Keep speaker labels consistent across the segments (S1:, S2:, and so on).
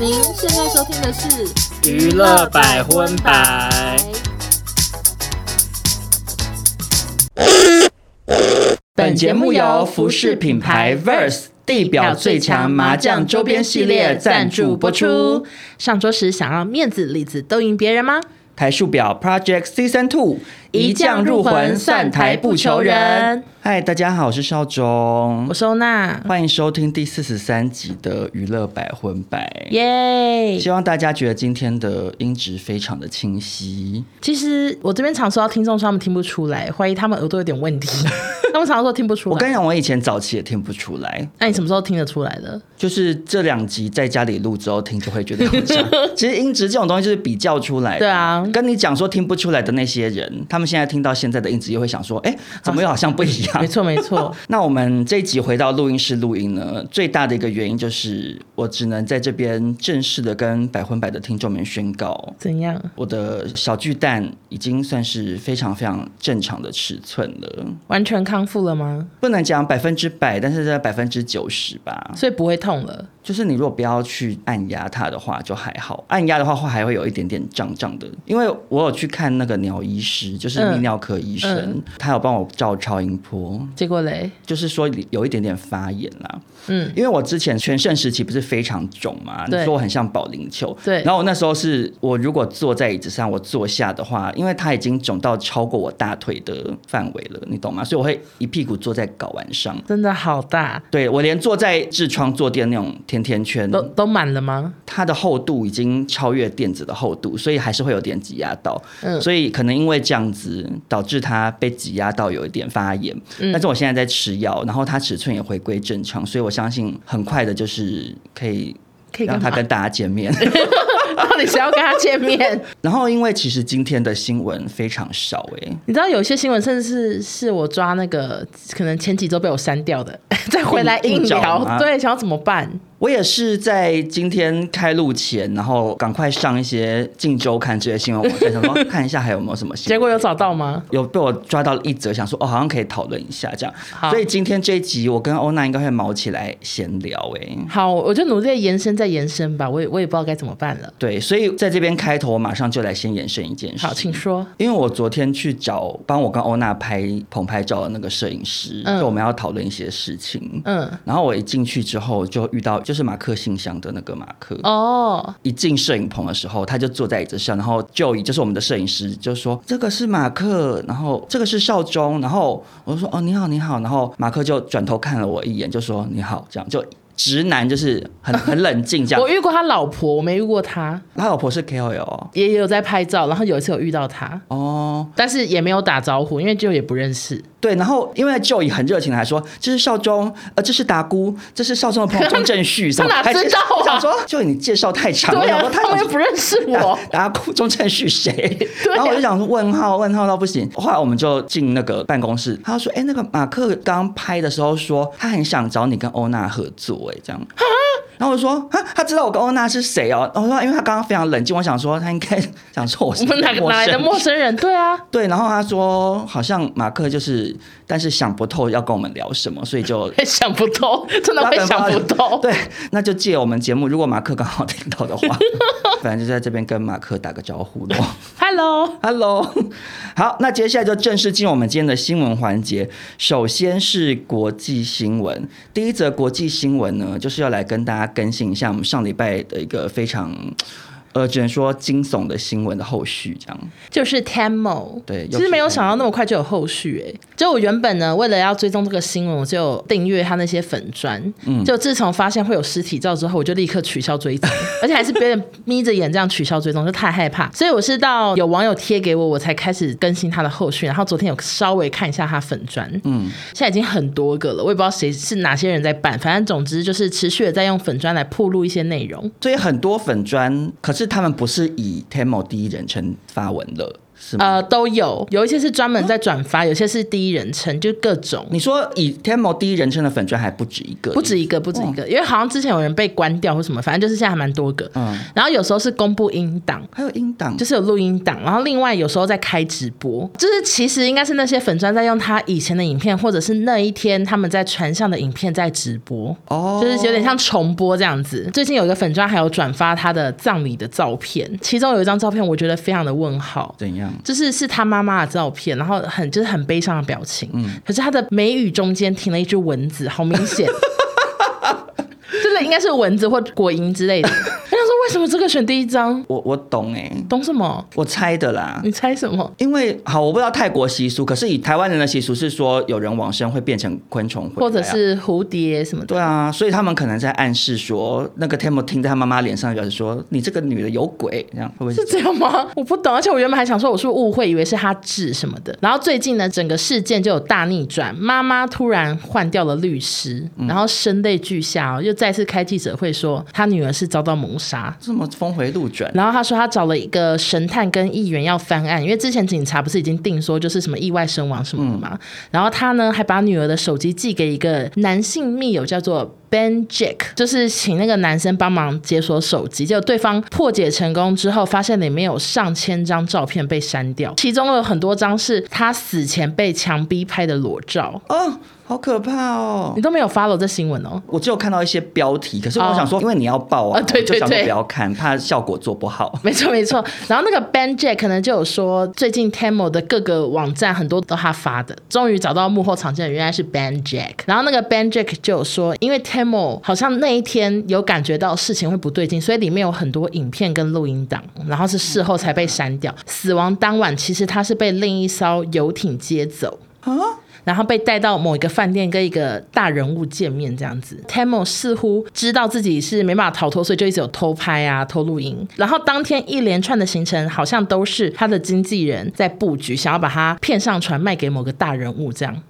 S1: 您现在收听的是《
S2: 娱乐百分百》。本节目由服饰品牌 Verse 地表最强麻将周边系列赞助播出。。
S1: 上桌时想要面子里子都赢别人吗？
S2: 台数表 Project Season Two 一将入魂，散台不求人。嗨，大家好，我是邵
S1: 我
S2: 忠，
S1: 收纳，
S2: 欢迎收听第四十三集的娱乐百分百。
S1: 耶！
S2: 希望大家觉得今天的音质非常的清晰。
S1: 其实我这边常收到听众说他们听不出来，怀疑他们耳朵有点 问题。他们常说听不出
S2: 我跟
S1: 来。
S2: 你讲，我以前早期也听不出来，
S1: 那你什么时候听得出来的？
S2: 就是这两集在家里录之后听就会觉得有 差。其实音质这种东西就是比较出来的。
S1: 对啊
S2: 跟你讲说听不出来的那些人，他们现在听到现在的音质又会想说，哎，怎么又好像不一样
S1: 没？错，没错。
S2: 那我们这一集回到录音室录音呢，最大的一个原因就是我只能在这边正式的跟百分百的听众们宣告，
S1: 怎样？
S2: 我的小巨蛋已经算是非常非常正常的尺寸了，
S1: 完全康复了吗？
S2: 不能讲百分之百，但是在百分之九十吧。
S1: 所以不会痛了。
S2: 就是你如果不要去按压它的话，就还好；按压的话，会还会有一点点胀胀的。因为我有去看那个鸟医师，就是泌尿科医生，
S1: 嗯
S2: 他有帮我照超音波，
S1: 结果嘞，
S2: 就是说有一点点发炎啦。
S1: 嗯，
S2: 因为我之前全盛时期不是非常肿嘛，你
S1: 对
S2: 说我很像保龄球，
S1: 对
S2: 然后我那时候是我如果坐在椅子上，我坐下的话，因为它已经肿到超过我大腿的范围了，你懂吗？所以我会一屁股坐在睾丸上。
S1: 真的好大，
S2: 对我连坐在痔疮坐垫那种甜甜圈，
S1: 都都满了吗？
S2: 它的厚度已经超越垫子的厚度，所以还是会有点挤压到。
S1: 嗯
S2: 所以可能因为这样子导致它被挤压到有一点发炎。
S1: 嗯
S2: 但是我现在在吃药，然后它尺寸也回归正常，所以我相信很快的就是可以
S1: 可以
S2: 让
S1: 干
S2: 它
S1: 嘛？
S2: 跟大家 见面。
S1: 到底谁要跟他见面？
S2: 然后因为其实今天的新闻非常少欸诶、
S1: 你知道有些新闻甚至是是我抓那个可能前几周被我删掉的， 再回来硬
S2: 硬找
S1: 聊，
S2: 吗
S1: 对，想要怎么办？
S2: 我也是在今天开录前，然后赶快上一些《镜周刊》这些新闻网站，想说看一下还有没有什么新闻
S1: 结果有找到吗？
S2: 有被我抓到一则，想说哦，好像可以讨论一下这样
S1: 好。
S2: 所以今天这一集，我跟欧娜应该会毛起来闲聊欸诶、
S1: 好，我就努力地延伸再延伸吧，我也我也不知道该怎么办了。
S2: 对，所以在这边开头，我马上就来先延伸一件事。
S1: 好，请说。
S2: 因为我昨天去找帮我跟欧娜拍棚拍照的那个摄影师，
S1: 嗯
S2: 就我们要讨论一些事情。
S1: 嗯，
S2: 然后我一进去之后，就遇到就是马克信箱的那个马克。
S1: 哦，
S2: 一进摄影棚的时候，他就坐在椅子上，然后就椅就是我们的摄影师就说这个是马克，然后这个是少中，然后我就说哦你好你好，然后马克就转头看了我一眼，就说你好，这样就直男就是很很冷静这样
S1: 我。遇过他老婆，我没遇过他，
S2: 他老婆是 KOL 哦
S1: 也有在拍照，然后有一次有遇到他，
S2: 哦，
S1: 但是也没有打招呼，因为就也不认识。
S2: 对，然后因为就以很热情的还说这是少中，呃这是达姑，这是少中的 朋友钟正旭什么，
S1: 他哪
S2: 还
S1: 知道啊
S2: 我想说就你介绍太长了，
S1: 对
S2: 我
S1: 啊，
S2: 想说
S1: 他
S2: 他
S1: 们
S2: 有
S1: 又不认识
S2: 打
S1: 我。？
S2: 打哭钟正旭谁
S1: 对啊
S2: 然后我就想说问号问号到不行。后来我们就进那个办公室，他就说：“哎、那个马克刚拍的时候说他很想找你跟欧娜合作、哎，这样。”然后我就说：“啊，他知道我跟欧娜是谁哦。”然后我说：“因为他刚刚非常冷静，我想说他应该想说我
S1: 我
S2: 是
S1: 们哪个
S2: 陌
S1: 哪来的
S2: 生人
S1: 陌生人？对啊，
S2: 对，然后他说好像马克就是，但是想不透要跟我们聊什么，所以 就
S1: 会想不透，真的会想不透。
S2: 对，那就借我们节目，如果马克刚好听到 的话，反正就在这边跟马克打个招呼喽。
S1: Hello，
S2: Hello，好， 那接下来就正式进入我们今天的新闻环节。首先是国际新闻，第一则国际新闻呢，就是要来跟大家更新一下我们上礼拜的一个非常。呃，只能说惊悚的新闻的后续这样。
S1: 就是 Tamo。
S2: 对
S1: 其
S2: 又
S1: 实
S2: 是
S1: 没有
S2: Tammo
S1: 想到那么快就有后续诶、就我原本呢，为了要追踪这个新闻，我就有订阅他那些粉砖。
S2: 嗯
S1: 就自从发现会有尸体照之后，我就立刻取消追踪，而且还是别人眯着眼这样取消追踪，就太害怕。所以我是到有网友贴给我，我才开始更新他的后续。然后昨天有稍微看一下他粉砖，嗯，现在已经很多个了，我也不知道谁是哪些人在办，反正总之就是持续的在用粉砖来铺露一些内容。
S2: 所以很多粉砖，可是他们不是以 Temo 第一人称发文的，是吗？
S1: 呃，都有，有一些是专门在转发，有些是第一人称，就各种。
S2: 你说以天某第一人称的粉砖还不止一个，哦
S1: 不止一个，不止一个，因为好像之前有人被关掉或什么，反正就是现在还蛮多个。
S2: 嗯
S1: 然后有时候是公布音档，
S2: 还有音档，
S1: 就是有录音档，然后另外有时候在开直播，就是其实应该是那些粉砖在用他以前的影片，或者是那一天他们在船上的影片在直播，
S2: 哦
S1: 就是有点像重播这样子。最近有一个粉砖还有转发他的葬礼的照片，其中有一张照片我觉得非常的问号。
S2: 怎样？
S1: 就是是他妈妈的照片，然后很就是很悲伤的表情，可是他的眉宇中间停了一只蚊子，好明显，真的应该是蚊子或果蝇之类的。我想说，为什么这个选第一张？
S2: 我我懂哎、
S1: 懂什么？
S2: 我猜的啦。
S1: 你猜什么？
S2: 因为好，我不知道泰国习俗，可是以台湾人的习俗是说，有人往生会变成昆虫回来啊
S1: 或者是蝴蝶什么的？
S2: 对啊，所以他们可能在暗示说，那个 Temo 听在他妈妈脸上，表示说你这个女的有鬼，这样会不会
S1: 是这样吗？我不懂，而且我原本还想说我是不是误会，以为是他治什么的。然后最近呢，整个事件就有大逆转，妈妈突然换掉了律师，然后声泪俱下、哦，又再次开记者会说他女儿是遭到谋杀。
S2: 这么峰回路转？
S1: 然后他说他找了一个神探跟议员要翻案，因为之前警察不是已经定说就是什么意外身亡什么的嘛。然后他呢还把女儿的手机寄给一个男性密友，叫做 Ben Jack，就是请那个男生帮忙解锁手机。结果对方破解成功之后，发现里面有上千张照片被删掉，其中有很多张是他死前被强逼拍的裸照。
S2: 哦，好可怕哦
S1: 你！都没有 follow 这新闻哦。
S2: 我只有看到一些标题，可是
S1: 哦
S2: 我想说，因为你要报啊，
S1: 啊对对
S2: 我就想说
S1: 对
S2: 不要看，怕效果做不好。
S1: 没错没错。然后那个 Ben Jack 可能就有说，最近 Temo 的各个网站很多都他发的，终于找到幕后藏剑人，原来是 Ben Jack。然后那个 Ben Jack 就有说，因为 Temo 好像那一天有感觉到事情会不对劲，所以里面有很多影片跟录音档，然后是事后才被删掉。死亡当晚，其实他是被另一艘游艇接走。然后被带到某一个饭店跟一个大人物见面这样子。Temo 似乎知道自己是没办法逃脱，所以就一直有偷拍啊、偷录音。然后当天一连串的行程好像都是他的经纪人在布局，想要把他骗上船卖给某个大人物这样。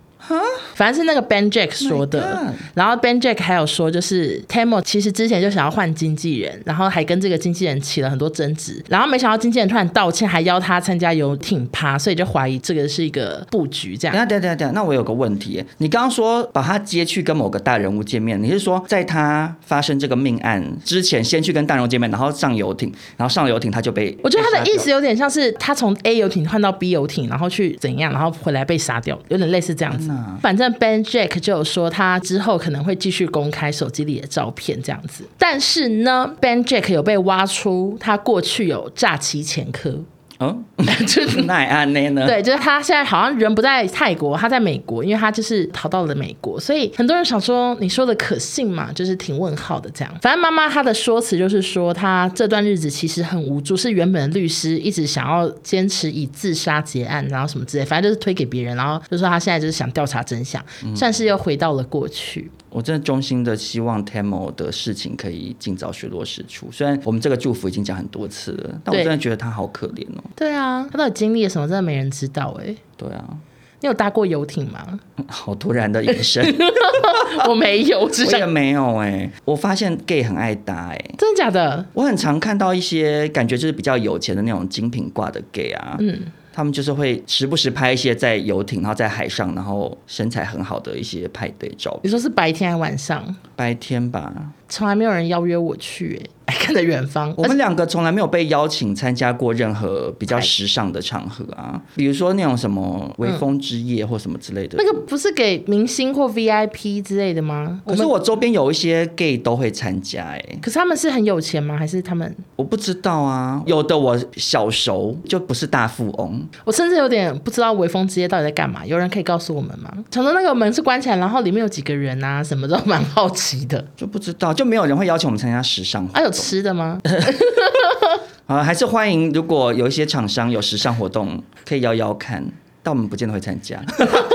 S1: 反正是那个 Ben Jack 说的
S2: Oh My God
S1: 然后 Ben Jack 还有说，就是 Temo 其实之前就想要换经纪人，然后还跟这个经纪人起了很多争执，然后没想到经纪人突然道歉，还邀他参加游艇趴，所以就怀疑这个是一个布局这样
S2: 等一。下，等一下，等一下等一下，那我有个问题耶，你刚刚说把他接去跟某个大人物见面，你是说在他发生这个命案之前，先去跟大人物见面，然后上游艇，然后上了游艇他就被？
S1: 我觉得他的意思
S2: 被杀掉，
S1: 有点像是他从 A 游艇换到 B 游艇，然后去怎样，然后回来被杀掉，有点类似这样子。反正 Ben Jack 就有说他之后可能会继续公开手机里的照片这样子，但是呢，Ben Jack 有被挖出他过去有诈欺前科，
S2: 嗯，
S1: 就是
S2: 那也按那呢？
S1: 对，就是他现在好像人不在泰国，他在美国，因为他就是逃到了美国，所以很多人想说你说的可信吗？就是挺问号的这样。反正妈妈她的说辞就是说，她这段日子其实很无助，是原本的律师一直想要坚持以自杀结案，然后什么之类，反正就是推给别人，然后就说她现在就是想调查真相，算是又回到了过去。
S2: 我真的衷心的希望 Temo 的事情可以尽早水落石出。虽然我们这个祝福已经讲很多次了，但我
S1: 对
S2: 真的觉得他好可怜哦。
S1: 对啊，她到底经历了什么，真的没人知道哎、
S2: 对啊，
S1: 你有搭过游艇吗？
S2: 好突然的延 伸，
S1: 我没有，我只
S2: 我也
S1: 想
S2: 没有哎、我发现 gay 很爱搭哎、
S1: 真的假的？
S2: 我很常看到一些感觉就是比较有钱的那种精品挂的 gay 啊，嗯，他们就是会时不时拍一些在游艇，然后在海上，然后身材很好的一些派对照片。
S1: 你说是白天还是晚上？
S2: 白天吧，
S1: 从来没有人邀约我去、欸，哎， 看着远方，
S2: 我们两个从来没有被邀请参加过任何比较时尚的场合啊，比如说那种什么微风之夜或什么之类的。
S1: 那个不是给明星或 VIP 之类的吗？
S2: 可是我周边有一些 gay 都会参加、欸，哎，
S1: 可是他们是很有钱吗？还是他们？
S2: 我不知道啊，有的我小熟就不是大富翁，
S1: 我甚至有点不知道微风之夜到底在干嘛，有人可以告诉我们吗？想说那个门是关起来，然后里面有几个人啊，什么都蛮好奇的。
S2: 就不知道就没有人会邀请我们参加时尚活
S1: 啊，有
S2: 动。
S1: 吃的 吗？
S2: 啊，还是欢迎，如果有一些厂商有时尚活动，可以邀邀看。但我们不见得会参 加，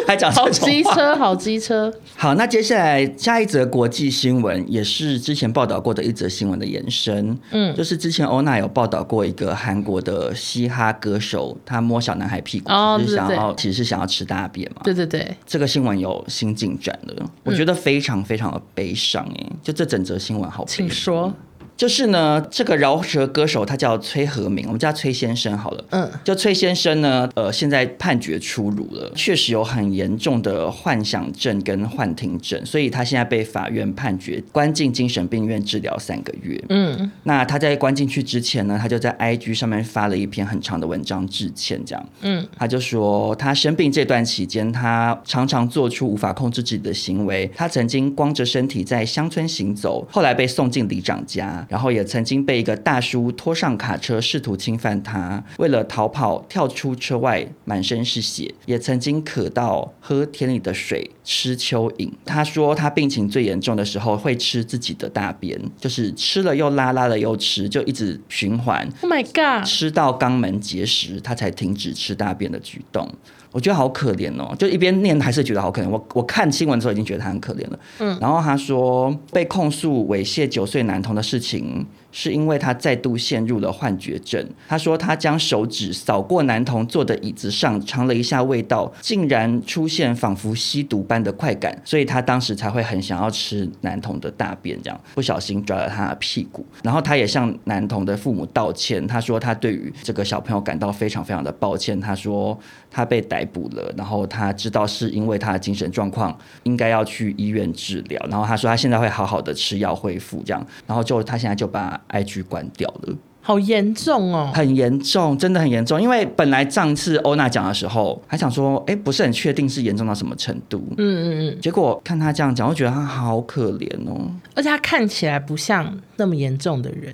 S2: 还讲
S1: 好
S2: 这种
S1: 机
S2: 话。
S1: 车，好机 车。
S2: 好，那接下来下一则国际新闻也是之前报道过的一则新闻的延伸，嗯，就是之前欧娜有报道过一个韩国的嘻哈歌手，他摸小男孩屁股，
S1: 哦
S2: 就是想
S1: 对对
S2: 要其实是想要吃大便嘛，
S1: 对对对，
S2: 这个新闻有
S1: 嗯
S2: 新欸进展了，我觉得非常非常的悲伤哎、就这整则新闻好悲伤
S1: 请说。
S2: 就是呢，这个饶舌歌手他叫崔和明，我们叫他崔先生好了。
S1: 嗯，
S2: 就崔先生呢，呃，现在判决出炉了，确实有很严重的幻想症跟幻听症，所以他现在被法院判决关进精神病院治疗三个月。
S1: 嗯，
S2: 那他在关进去之前呢，他就在 IG 上面发了一篇很长的文章致歉，这样。
S1: 嗯，
S2: 他就说他生病这段期间，他常常做出无法控制自己的行为。他曾经光着身体在乡村行走，后来被送进里长家，然后也曾经被一个大叔拖上卡车，试图侵犯他。为了逃跑，跳出车外，满身是血，也曾经渴到喝田里的水，吃蚯蚓。他说他病情最严重的时候会吃自己的大便，就是吃了又拉，拉了又吃，就一直循环。
S1: ，Oh my god，
S2: 吃到肛门结石，他才停止吃大便的举动。我觉得好可怜哦，就一边念还是觉得好可怜。我我看新闻的时候已经觉得他很可怜了。嗯，然后他说被控诉猥亵九岁男童的事情，是因为他再度陷入了幻觉症。他说他将手指扫过男童坐的椅子上，尝了一下味道，竟然出现仿佛吸毒般的快感，所以他当时才会很想要吃男童的大便，这样不小心抓了他的屁股。然后他也向男童的父母道歉，他说他对于这个小朋友感到非常非常的抱歉。他说他被逮捕了，然后他知道是因为他的精神状况，应该要去医院治疗。然后他说他现在会好好的吃药恢复这样，然后就他现在就把 IG 关掉了。
S1: 好严重哦。
S2: 很严重，真的很严重。因为本来上次欧娜讲的时候，还想说，哎、不是很确定是严重到什么程度。
S1: 嗯嗯嗯，
S2: 结果看他这样讲，我觉得他好可怜哦。
S1: 而且他看起来不像那么严重的人，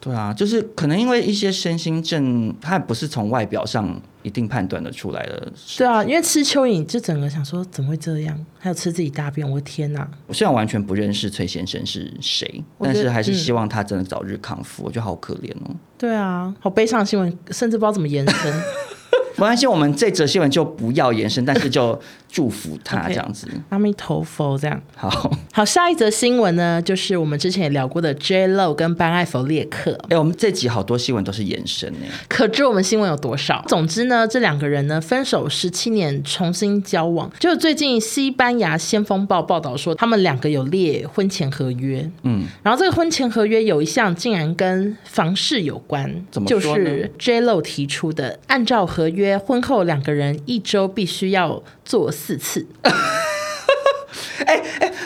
S2: 对啊，就是可能因为一些身心症，他不是从外表上一定判断的出来的。
S1: 对啊，因为吃蚯蚓就整个想说怎么会这样，还有吃自己大便，我的天哪、
S2: 虽然完全不认识崔先生是谁，
S1: 我觉
S2: 但
S1: 得嗯
S2: 是还是希望他真的早日康复。我觉得好可怜哦。
S1: 对啊，好悲伤的新闻，甚至不知道怎么延伸。
S2: 没关系，我们这则新闻就不要延伸，但是就祝福他
S1: OK
S2: 这样子。
S1: 阿弥陀佛，这样
S2: 好，
S1: 好。下一则新闻呢，就是我们之前也聊过的 J Lo 跟班艾弗列克。
S2: 哎、我们这集好多新闻都是延伸呢。
S1: 可知我们新闻有多少？总之呢，这两个人呢分手十七年，重新交往。就最近西班牙《先锋报》报道说，他们两个有列婚前合约。
S2: 嗯，
S1: 然后这个婚前合约有一项竟然跟房事有关，
S2: 怎么
S1: 就
S2: 说呢
S1: 是 J Lo 提出的，按照合约，婚后两个人一周必须要做四次。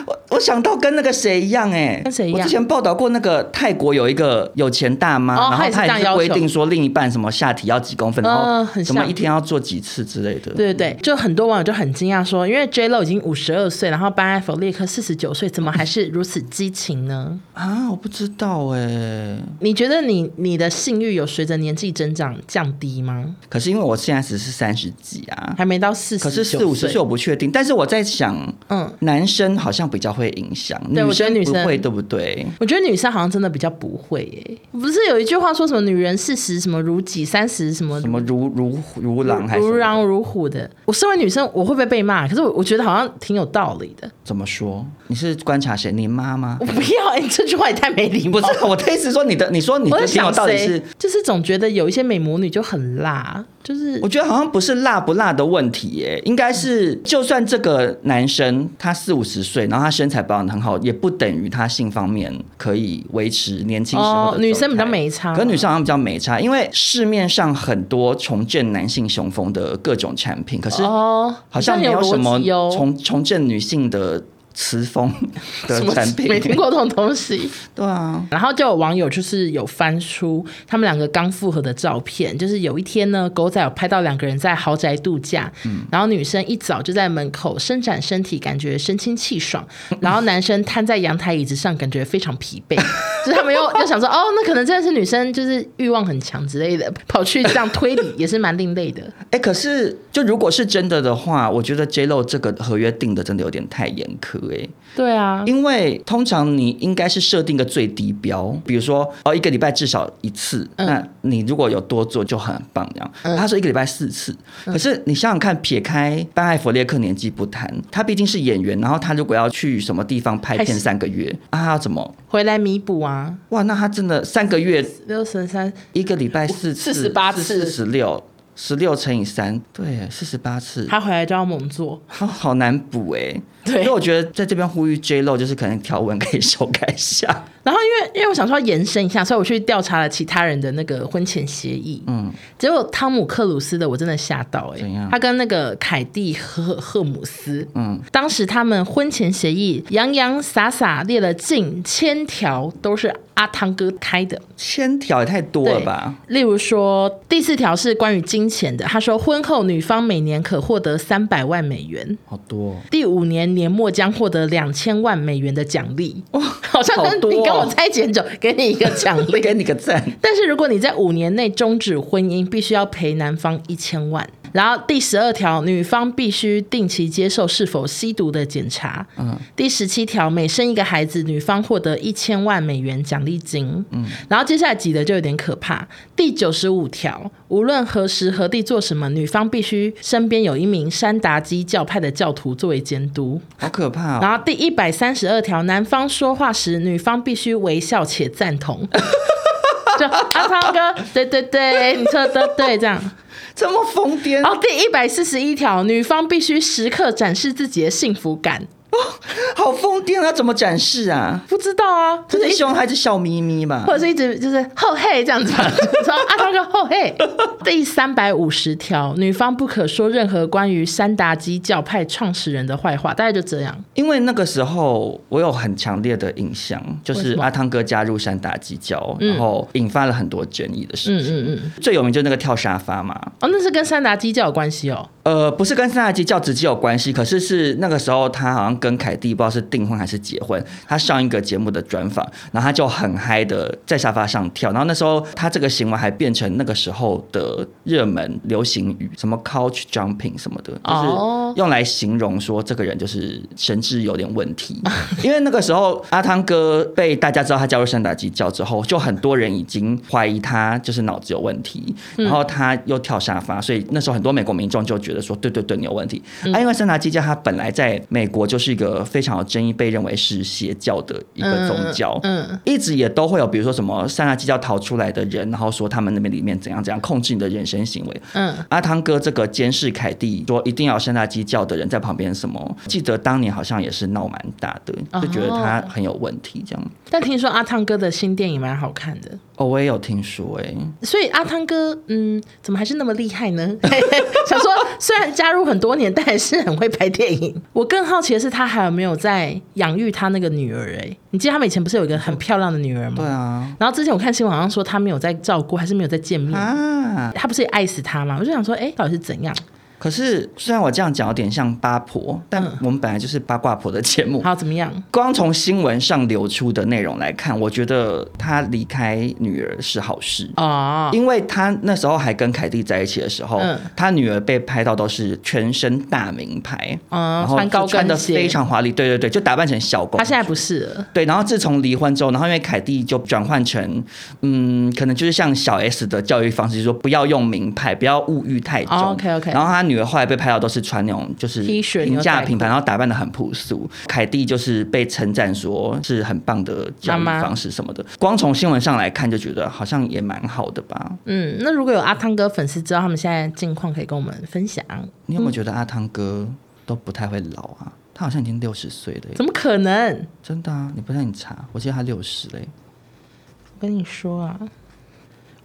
S2: 我我想到跟那个谁一样哎、
S1: 跟谁一样
S2: 我之前报道过那个泰国有一个有钱大妈，
S1: 哦
S2: 然
S1: 她
S2: 后
S1: 也是这
S2: 她
S1: 样
S2: 也是
S1: 要求
S2: 规定说另一半什么下体要几公分，
S1: 嗯
S2: 然后
S1: 很
S2: 什么
S1: 像
S2: 一天要做几次之类的。
S1: 对对对，就很多网友就很惊讶说，因为 J Lo 已经五十二岁，然后班艾弗列克四十九岁，怎么还是如此激情呢？
S2: 啊，我不知道哎、
S1: 你觉得你你的性欲有随着年纪增长降低吗？
S2: 可是因为我现在只是三十几啊，
S1: 还没到四十，
S2: 可是四五十岁我不确定，但是我在想，
S1: 嗯，
S2: 男生好像比较会影响，
S1: 对我觉得
S2: 生
S1: 女
S2: 不
S1: 生
S2: 会，对不对？
S1: 我觉得女生好像真的比较不会耶、不是有一句话说什么女人四十什么如己，三十什么
S2: 什么如如如狼还是
S1: 如
S2: 什么
S1: 狼如虎的？我身为女生，我会不会被骂？可是我我觉得好像挺有道理的。
S2: 怎么说？你是观察谁？你妈吗
S1: 我？不要，你这句话也太没礼
S2: 不
S1: 貌。
S2: 是，我的意思是说你的，你说你
S1: 我在
S2: 的听
S1: 想
S2: 友到底
S1: 谁
S2: 是？
S1: 就是总觉得有一些美魔女就很辣，就是
S2: 我觉得好像不是辣不辣的问题耶，应该是就算这个男生他四五十岁，然后他身材保养得很好，也不等于他性方面可以维持年轻时候的
S1: 哦
S2: 状，态
S1: 女生比较。没差，
S2: 可是女生好像比较没差，因为市面上很多重振男性雄风的各种产品，可是
S1: 哦，
S2: 好像
S1: 你
S2: 没
S1: 这样
S2: 有什么
S1: 逻辑哦
S2: 重重振女性的 雌风的
S1: 什么
S2: 产品。
S1: 没听过这种东西。
S2: 对啊，
S1: 然后就有网友就是有翻出他们两个刚复合的照片，就是有一天呢，狗仔有拍到两个人在豪宅度假，然后女生一早就在门口伸展身体，感觉神清气爽，然后男生瘫在阳台椅子上，感觉非常疲惫， 就是他们又又想说，哦，那可能真的是女生就是欲望很强之类的，跑去这样推理也是蛮另类的。
S2: 哎、可是就如果是真的的话，我觉得 J Lo 这个合约定的真的有点太严苛哎、
S1: 对啊，
S2: 因为通常你应该是设定个最低标，比如说哦，一个礼拜至少一次。
S1: 嗯
S2: 那你如果有多做就很棒，这样。
S1: 嗯
S2: 他说一个礼拜四次，可是你想想看，撇开班艾弗列克年纪不谈，他毕竟是演员，然后他如果要去什么地方拍
S1: 还
S2: 片
S1: 是
S2: 三个月啊，他要怎么？
S1: 回来弥补啊，
S2: 哇，那他真的三个月
S1: 六十三
S2: 一个礼拜四次，
S1: 48次
S2: 四十六。十六乘以三，对，四十八次，
S1: 他回来就要猛做，
S2: 好好难补哎、
S1: 对
S2: 所以我觉得在这边呼吁 J Lo，就是可能条文可以修改一下。
S1: 然后因为因为我想说要延伸一下，所以我去调查了其他人的那个婚前协议，
S2: 嗯，
S1: 结果汤姆克鲁斯的我真的吓到哎、
S2: 怎样
S1: 他跟那个凯蒂赫赫姆斯，
S2: 嗯，
S1: 当时他们婚前协议洋洋洒洒列了近千条，都是阿汤哥开的。
S2: 千条也太多了吧？
S1: 例如说，第四条是关于金钱的，他说婚后女方每年可获得三百万美元。
S2: 好多、哦，
S1: 第五年年末将获得两千万美元的奖励，哇， 好像
S2: 好
S1: 跟
S2: 多哦
S1: 你跟我在一起很久，给你一个奖励，
S2: 给你个赞。
S1: 但是如果你在五年内终止婚姻，必须要赔男方一千万。然后第十二条，女方必须定期接受是否吸毒的检查。嗯。第十七条，每生一个孩子，女方获得一千万美元奖励金。嗯。然后接下来挤的就有点可怕。第九十五条，无论何时何地做什么，女方必须身边有一名山达基教派的教徒作为监督。
S2: 好可怕、哦！
S1: 然后第一百三十二条，男方说话时，女方必须微笑且赞同。 就阿汤哥，对对对，你说的对，这 样。
S2: 这么疯癫，
S1: 然后第一百四十一条，女方必须时刻展示自己的幸福感。
S2: 好疯癫，要怎么展示啊？
S1: 不知道啊，
S2: 就
S1: 就是是一
S2: 希望孩子笑眯眯吧
S1: 或。者是一直就是后嘿这样子吧，说阿汤哥后 嘿。第三百五十条，女方不可说任何关于山达基教派创始人的坏话，大概就这样。
S2: 因为那个时候我有很强烈的印象，就
S1: 为
S2: 是
S1: 什么
S2: 阿汤哥加入山达基教，
S1: 嗯
S2: 然后引发了很多争议的事
S1: 嗯
S2: 情。
S1: 嗯嗯，
S2: 最有名就是那个跳沙发嘛，
S1: 哦，那是跟山达基教有关系哦。
S2: 呃，不是跟三大基教直接有关系，可是是那个时候他好像跟凯蒂不知道是订婚还是结婚，他上一个节目的专访，然后他就很嗨的在沙发上跳，然后那时候他这个行为还变成那个时候的热门流行语，什么 couch jumping 什么的，就是
S1: 哦
S2: 用来形容说这个人就是神智有点问题， 因为那个时候阿汤哥被大家知道他加入三打基教之后，就很多人已经怀疑他就是脑子有问题，然后他又跳沙发，所以那时候很多美国民众就觉得说，对对对，你有问题。啊，因为三打基教他本来在美国就是一个非常有争议，被认为是邪教的一个宗教，
S1: 嗯，嗯
S2: 一直也都会有，比如说什么三大基教逃出来的人，然后说他们那边里面怎样怎样控制你的人生行为，
S1: 嗯。
S2: 阿汤哥这个监视凯蒂说一定要山大基教的人在旁边，什么记得当年好像也是闹蛮大的，
S1: 哦
S2: 就觉得他很有问题这样。
S1: 但听说阿汤哥的新电影蛮好看的，
S2: 哦，我也有听说哎、
S1: 所以阿汤哥，嗯，怎么还是那么厉害呢？ 想说虽然加入很多年，但还是很会拍电影。我更好奇的是，他还有没有在养育他那个女儿、哎，你记得他们以前不是有一个很漂亮的女儿
S2: 对
S1: 吗？
S2: 啊，
S1: 然后之前我看新闻好像说他没有在照顾，还是没有在见面。
S2: 啊，
S1: 他不是也爱死他吗？我就想说，哎、到底是怎样？
S2: 可是虽然我这样讲有点像八婆，但
S1: 嗯
S2: 我们本来就是八卦婆的节目。
S1: 好，怎么样？
S2: 光从新闻上流出的内容来看，我觉得他离开女儿是好事。
S1: 哦，
S2: 因为他那时候还跟凯蒂在一起的时候，
S1: 嗯
S2: 他女儿被拍到都是全身大名牌，
S1: 嗯
S2: 然后
S1: 穿高
S2: 就穿的
S1: 跟鞋
S2: 非常华丽，对对对，就打扮成小公
S1: 他
S2: 主
S1: 现。在不是了。
S2: 对，然后自从离婚之后，然后因为凯蒂就转换成，嗯，可能就是像小 S 的教育方式，就是说不要用名牌，不要物欲太重。
S1: 哦，OK，OK
S2: 然后她女儿后来被拍到都是穿那种就是
S1: T 恤
S2: 平
S1: 牛
S2: 价
S1: 仔
S2: 品牌，然后打扮的很朴素。凯蒂就是被称赞说是很棒的教育
S1: 妈妈
S2: 方式什么的。光从新闻上来看，就觉得好像也蛮好的吧。
S1: 嗯，那如果有阿汤哥粉丝知道他们现在近况，可以跟我们分享。嗯
S2: 你有没有觉得阿汤哥都不太会老啊？他好像已经六十岁了耶，
S1: 怎么可能？
S2: 真的啊！你不让你查，我记得他六十嘞。
S1: 我跟你说啊，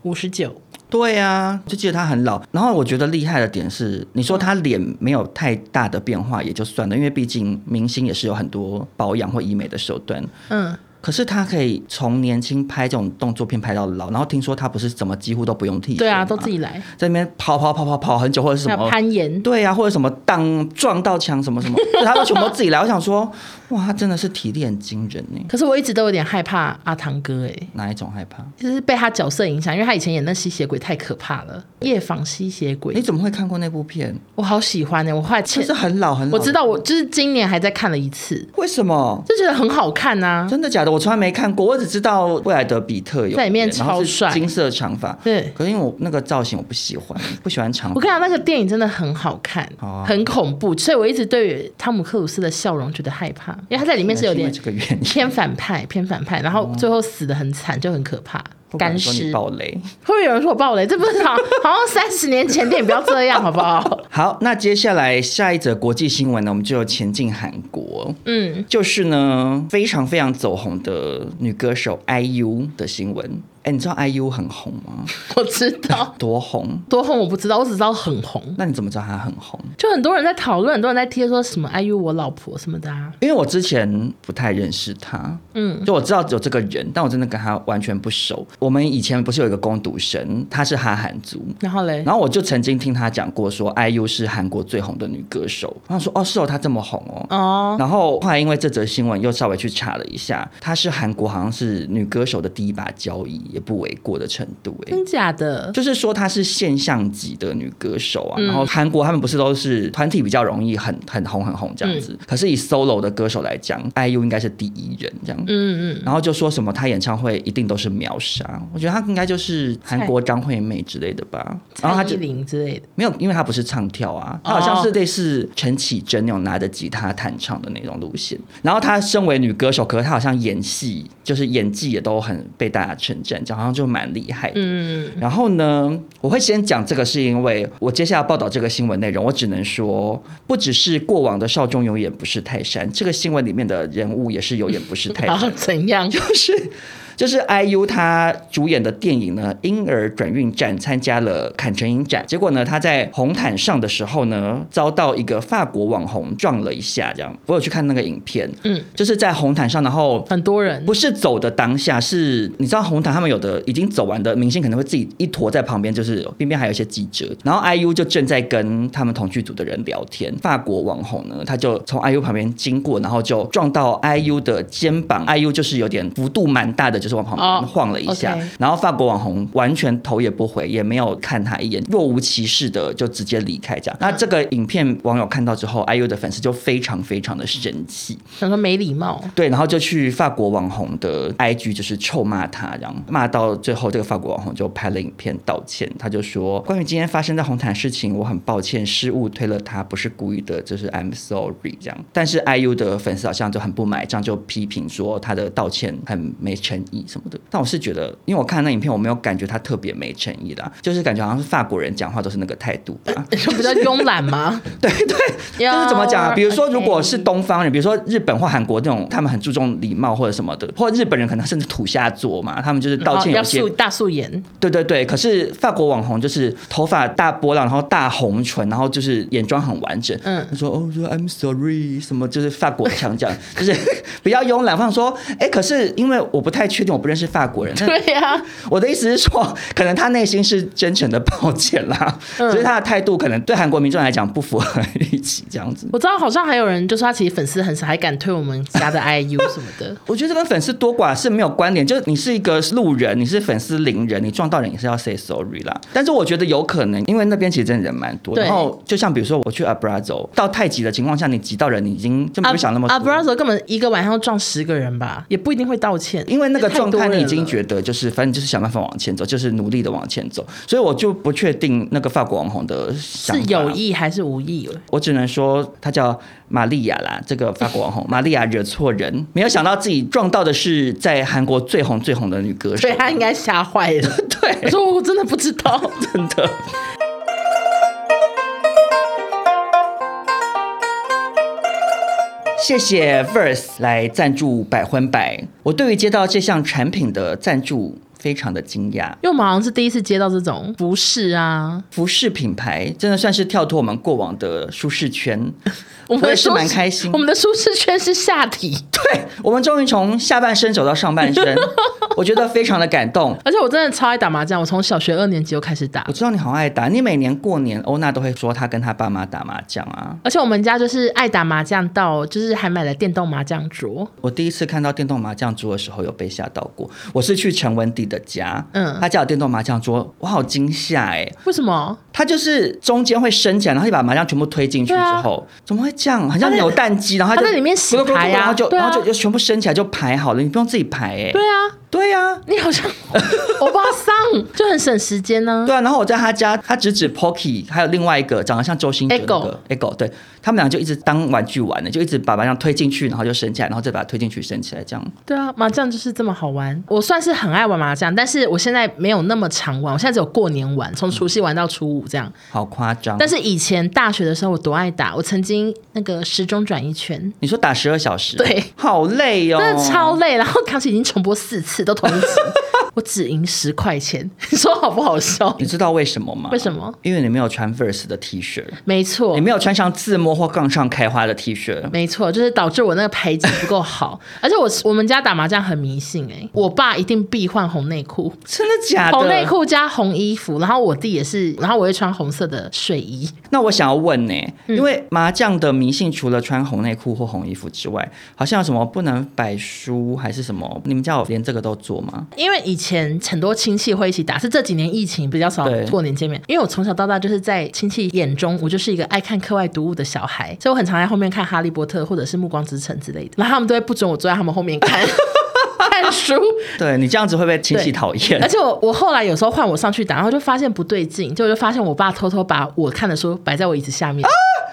S1: 五十九，
S2: 对啊，就记得他很老。然后我觉得厉害的点是，你说他脸没有太大的变化也就算了，因为毕竟明星也是有很多保养或医美的手段。
S1: 嗯，
S2: 可是他可以从年轻拍这种动作片拍到老，然后听说他不是怎么几乎都不用替
S1: 对啊，都自
S2: 己
S1: 己来，
S2: 在那边跑跑跑跑跑很久或者是
S1: 还
S2: 什
S1: 有
S2: 么。
S1: 攀岩，
S2: 对啊，或者什么当撞到墙什么什么，就他都全部都自己来。我想说，哇，他真的是体力很惊人呢。
S1: 可是我一直都有点害怕阿汤哥、哎，
S2: 哪一种害怕？
S1: 就是被他角色影响，因为他以前演那吸血鬼太可怕了，夜访吸血
S2: 你
S1: 鬼，
S2: 怎么会看过那部片？
S1: 我好喜欢欸呢、我后来
S2: 就
S1: 前
S2: 是很老很老。
S1: 我知道，我就是今年还在看了一次，
S2: 为什么？
S1: 就觉得很好看呐、
S2: 真的假的？我从来没看过，我只知道布莱德比特有
S1: 啊在里面
S2: 演然后是
S1: 超帅
S2: 金色长发。
S1: 对
S2: 可是因为我那个造型我不喜欢，不喜欢长
S1: 我
S2: 发。
S1: 跟你讲，那个电影真的很好看，
S2: 好啊
S1: 很恐怖，所以我一直对于汤姆克鲁斯的笑容觉得害怕，因为他在里面是有
S2: 因为
S1: 点
S2: 这个原因。
S1: 偏反派，偏反派，然后最后死的很惨，就很可怕。
S2: 哦会不会有
S1: 干
S2: 人说
S1: 尸
S2: 你爆雷。
S1: 会不会有人说我爆雷？这不是好好像三十年前电影，不要这样好不好？
S2: 好，那接下来下一则国际新闻呢，我们就前进韩国。
S1: 嗯，
S2: 就是呢，非常非常走红的女歌手 IU 的新闻。哎，你知道 IU 很红 吗？
S1: 我知道
S2: 多红？
S1: 多红我不知道，我只知道很红，
S2: 那你怎么知道她很红？
S1: 就很多人在讨论，很多人在贴说什么 IU 我老婆什么的、啊。
S2: 因为我之前不太认识她，
S1: 嗯，
S2: 就我知道有这个人，但我真的跟她完全不熟。我们以前不是有一个攻读生，她是哈韩族，
S1: 然后嘞，
S2: 然后我就曾经听她讲过说 IU 是韩国最红的女歌手，然后说哦是哦，她这么红哦，
S1: 哦，
S2: 然后后来因为这则新闻又稍微去查了一下，她是韩国好像是女歌手的第一把交椅，也不为过的程度哎、
S1: 真假的？
S2: 就是说她是现象级的女歌手啊，
S1: 嗯
S2: 然后韩国他们不是都是团体比较容易很很红很红这样子，
S1: 嗯
S2: 可是以 solo 的歌手来讲，IU 应该是第一人这样。
S1: 嗯嗯，
S2: 然后就说什么她演唱会一定都是秒杀，我觉得她应该就是韩国张惠妹之类的吧。然后她
S1: 蔡
S2: 就
S1: 依林哦之类的。
S2: 没有，因为她不是唱跳啊，她好像是类似陈绮贞那种拿着吉他弹唱的那种路线。然后她身为女歌手，可是她好像演戏，就是演技也都很被大家称赞，讲好像就蛮厉害的。
S1: 嗯，
S2: 然后呢，我会先讲这个，是因为我接下来报道这个新闻内容，我只能说，不只是过往的少中永远不是泰山，这个新闻里面的人物也是有眼不识泰
S1: 然后
S2: 山。
S1: 怎样？
S2: 就是就是 IU 她主演的电影呢《婴儿转运站》参加了坎城影展，结果呢她在红毯上的时候呢，遭到一个法国网红撞了一下，这样我有去看那个影片，
S1: 嗯，
S2: 就是在红毯上，然后。
S1: 很多人
S2: 不是走的当下，是你知道红毯他们有的已经走完的明星可能会自己一坨在旁边，就是边边还有一些记者，然后 IU 就正在跟他们同剧组的人聊天。法国网红呢，他就从 IU 旁边经过，然后就撞到 IU 的肩膀，IU 就是有点幅度蛮大的，就是往旁边
S1: 哦
S2: 晃了一下。
S1: OK
S2: 然后法国网红完全头也不回，也没有看他一眼，若无其事的就直接离开这样。那这个影片网友看到之后，IU 的粉丝就非常非常的生气，
S1: 想说没礼 貌，
S2: 对，然后就去法国网红的 IG 就是臭骂他，然后骂到最后，这个法国网红就拍了影片道歉，他就说关于今天发生在红毯的事情，我很抱歉，失误推了他，不是故意的，就是 I'm sorry 这样。但是 IU 的粉丝好像就很不买账，就批评说他的道歉很没诚意什么的。但我是觉得，因为我看那影片，我没有感觉他特别没诚意啦，就是感觉好像是法国人讲话都是那个态度吧。
S1: 就比较慵懒吗？ 哎
S2: 对对，就是怎么讲啊？比如说，如果是东方人，比如说日本或韩国那种，他们很注重礼貌或者什么的，或者日本人可能甚至土下座嘛，他们就是道歉
S1: 哦嗯
S2: 有
S1: 要
S2: 些
S1: 素，大素颜，
S2: 对对对。可是法国网红就是头发大波浪，然后大红唇，然后就是眼妆很完整。
S1: 嗯
S2: 他说哦，说 I'm sorry，什么就是法国腔这样， 就是比较慵懒。放说，哎，可是因为我不太确定，我不认识法国人，那
S1: 对呀、
S2: 我的意思是说，可能他内心是真诚的抱歉啦，
S1: 嗯
S2: 只是他的态度可能对韩国民众来讲不符合预期这样子。
S1: 我知道好像还有人就说他其实粉丝很少，还敢推我们家的 IU 什么的。
S2: 我觉得这跟粉丝多寡是没有关联，就是你是一个路人，你是粉丝零人，你撞到人也是要 say sorry 啦。但是我觉得有可能，因为那边其实真的人蛮多。
S1: 对
S2: 然后就像比如说我去 Abrazo 到太极的情况下，你挤到人，你已经就不想那么多。
S1: 阿 b r a z o 根本一个晚上要撞十个人吧，也不一定会道歉，
S2: 因为那个状态，你已经
S1: 得
S2: 觉得就是，反正就是想办法往前走，就是努力的往前走。所以我就不确定那个法国网红的想
S1: 是
S2: 法
S1: 有意还是无意 了。
S2: 我只能说她叫玛利亚啦，这个法国网红玛利亚惹错人，没有想到自己撞到的是在韩国最红最红的女歌手
S1: 对。他应该吓坏了。我
S2: 对，
S1: 说我真的不知道，
S2: 真的。谢谢 Verse 来赞助百分百。我对于接到这项产品的赞助非常的惊讶。
S1: 因为我们好像是第一次接到这种服饰啊，
S2: 服饰品牌真的算是跳脱我们过往的舒适圈，
S1: 我们
S2: 也
S1: 的
S2: 是
S1: 舒适
S2: 蛮开心
S1: 我。们的舒适圈是下体，
S2: 对，我们终于从下半身走到上半 身，我觉得非常的感动。
S1: 而且我真的超爱打麻将，我从小学二年级就开始打
S2: 我。知道你好爱打，你每年过年欧娜都会说她跟她爸妈打麻将啊。
S1: 而且我们家就是爱打麻将到，就是还买了电动麻将桌，
S2: 我第一次看到电动麻将桌的时候，有被吓到过。我是去陈文迪的家，嗯
S1: 嗯，
S2: 他家有电动麻将桌，我好惊吓哎！
S1: 为什么？
S2: 他就是中间会升起来，然后你把麻将全部推进去之
S1: 对啊
S2: 后，怎么会这样？很像扭蛋机，然后它
S1: 它
S2: 就
S1: 在里面洗牌啊
S2: 然后就
S1: 对啊
S2: 然后就就全部升起来就排好了，你不用自己排哎。
S1: 对啊，
S2: 对呀、啊，
S1: 你好像欧巴桑，就很省时间呢、
S2: 对啊。然后我在他家，他只指 Pocky，还有另外一个长得像周星哲那个 Ego，对他们俩就一直当玩具玩的，就一直把麻将推进去，然后就升起来，然后再把它推进去升起来，这样。
S1: 对啊，麻将就是这么好玩。我算是很爱玩麻将，但是我现在没有那么常玩，我现在只有过年玩，从除夕玩到初五这样。
S2: 好夸张！
S1: 但是以前大学的时候，我多爱打，我曾经那个时钟转一 圈，
S2: 你说打十二小时，啊
S1: 对，
S2: 好累哦，
S1: 真的超累。然后康熙已经重播四次，都同一 集，我只赢十块钱， 你说好不好 笑
S2: 你？知道为什么吗？
S1: 为什么？哦
S2: 因为你没有穿 Verse 的 T 恤，
S1: 没错
S2: 你，没有穿上字幕或杠上开花的 T 恤。
S1: 没错，就是导致我那个牌技不够好，而且我我们家打麻将很迷信哎、我爸一定必换红内裤，
S2: 真的假的？
S1: 红内。裤加红衣服，然后我弟也是，然后我会穿红色的睡衣，
S2: 那我想要问呢、
S1: 嗯
S2: 因为麻将的迷信除了穿红内裤或红衣服之外，好像有什么不能摆书还是什么？你们家有连这个都做吗？
S1: 因为以前很多亲戚会一起打，是这几年疫情比较少
S2: 对
S1: 过年见面。因为我从小到大就是在亲戚眼中，我就是一个爱看课外读物的小孩，所以我很常在后面看《哈利波特》或者是《暮光之城》之类的，然后他们都会不准我坐在他们后面 看看书。
S2: 对你这样子会被亲
S1: 对
S2: 戚讨 厌
S1: 而。且我我后来有时候换我上去打，然后就发现不对劲，结果就发现我爸偷偷把我看的书摆在我椅子下
S2: 啊
S1: 面。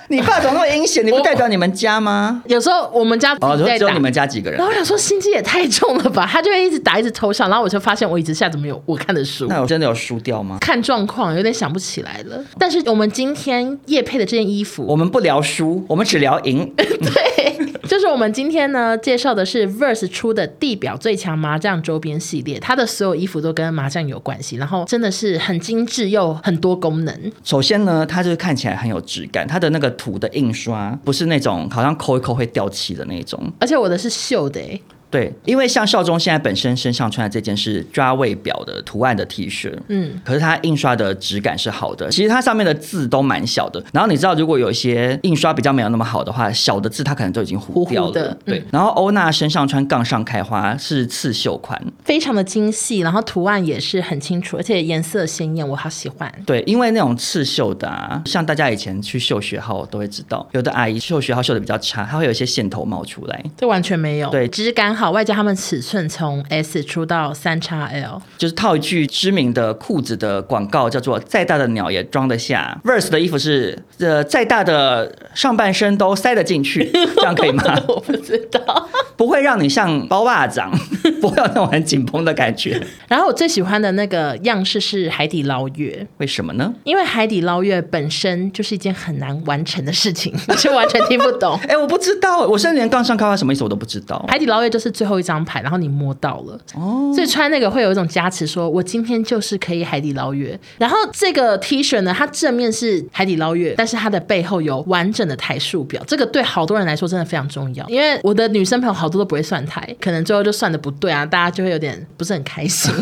S2: 你爸怎么那么阴险？你不代表你们家吗？
S1: 有时候我 们家自
S2: 哦，
S1: 己
S2: 就
S1: 在
S2: 只
S1: 打，
S2: 有你们家几个人
S1: 然后？我想说心机也太重了吧，他就会一直打一直偷笑，然后我就发现我椅子下怎么有我看的书。
S2: 那有真的有输掉吗？
S1: 看状况，有点想不起来了。但是我们今天夜配的这件衣
S2: 我
S1: 服，
S2: 们不聊输，我们只聊赢。
S1: 对，就是我们今天呢介绍的是 Verse 出的地表最强麻将周边系列，它的所有衣服都跟麻将有关系，然后真的是很精致又很多功能。
S2: 首先呢，它就是看起来很有质感，它的那个图的印刷不是那种好像抠一抠会掉漆的那种。
S1: 而且我的是绣的、欸，
S2: 对，因为像少中现在本身身上穿的这件是抓位表的图案的 T 恤，
S1: 嗯，
S2: 可是它印刷的质感是好的，其实它上面的字都蛮小的。然后你知道，如果有一些印刷比较没有那么好的话，小的字它可能都已经糊
S1: 糊
S2: 掉了。
S1: 糊的
S2: 对
S1: 嗯，
S2: 然后欧娜身上穿杠上开花是刺绣款，
S1: 非常的精细，然后图案也是很清楚，而且颜色鲜艳，我好喜欢。
S2: 对，因为那种刺绣的啊，像大家以前去绣学号都会知道，有的阿姨绣学号绣的比较差，它会有一些线头冒出来，
S1: 这完全没有，
S2: 对
S1: 质感好，外加他们尺寸从 S 出到三 x L，
S2: 就是套一句知名的裤子的广告，叫做“再大的鸟也装得下”。Verse 的衣服是呃，再大的上半身都塞得进 去，这样可以吗？
S1: 我不知道。
S2: 不会让你像包袜掌， 不会有那种很紧绷的感觉。
S1: 然后我最喜欢的那个样式是海底捞月，
S2: 为什么呢？
S1: 因为海底捞月本身就是一件很难完成的事情， 我是完全听不懂。
S2: 哎，我不知道，我甚至连杠上开花什么意思我都不知道。
S1: 海底捞月就是最后一张牌，然后你摸到了，哦，所以穿那个会有一种加持说我今天就是可以海底捞月。然后这个 T 恤呢，它正面是海底捞月，但是它的背后有完整的台数表，这个对好多人来说真的非常重要。因为我的女生朋友好多都不会算台，可能最后就算的不对啊，大家就会有点不是很开心。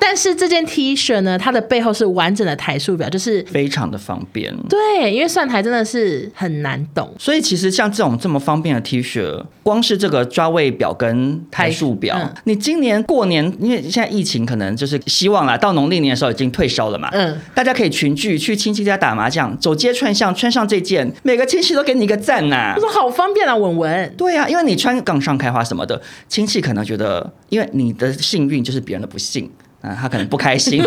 S1: 但是这件 T 恤呢，它的背后是完整的台数表，就是
S2: 非常的方便。
S1: 对，因为算台真的是很难懂。
S2: 所以其实像这种这么方便的 T 恤，光是这个抓位表跟台数表，
S1: 嗯
S2: 你今年过年，因为现在疫情可能就是希望啦，到农历年的时候已经退烧了嘛，
S1: 嗯
S2: 大家可以群聚去亲戚家打麻将，走街串巷穿上这件，每个亲戚都给你一个赞呐、
S1: 他说好方便啊，文文。
S2: 对呀、因为你穿杠上开花什么的，亲戚可能觉得，因为你的幸运就是别人的不幸。啊，他可能不开心，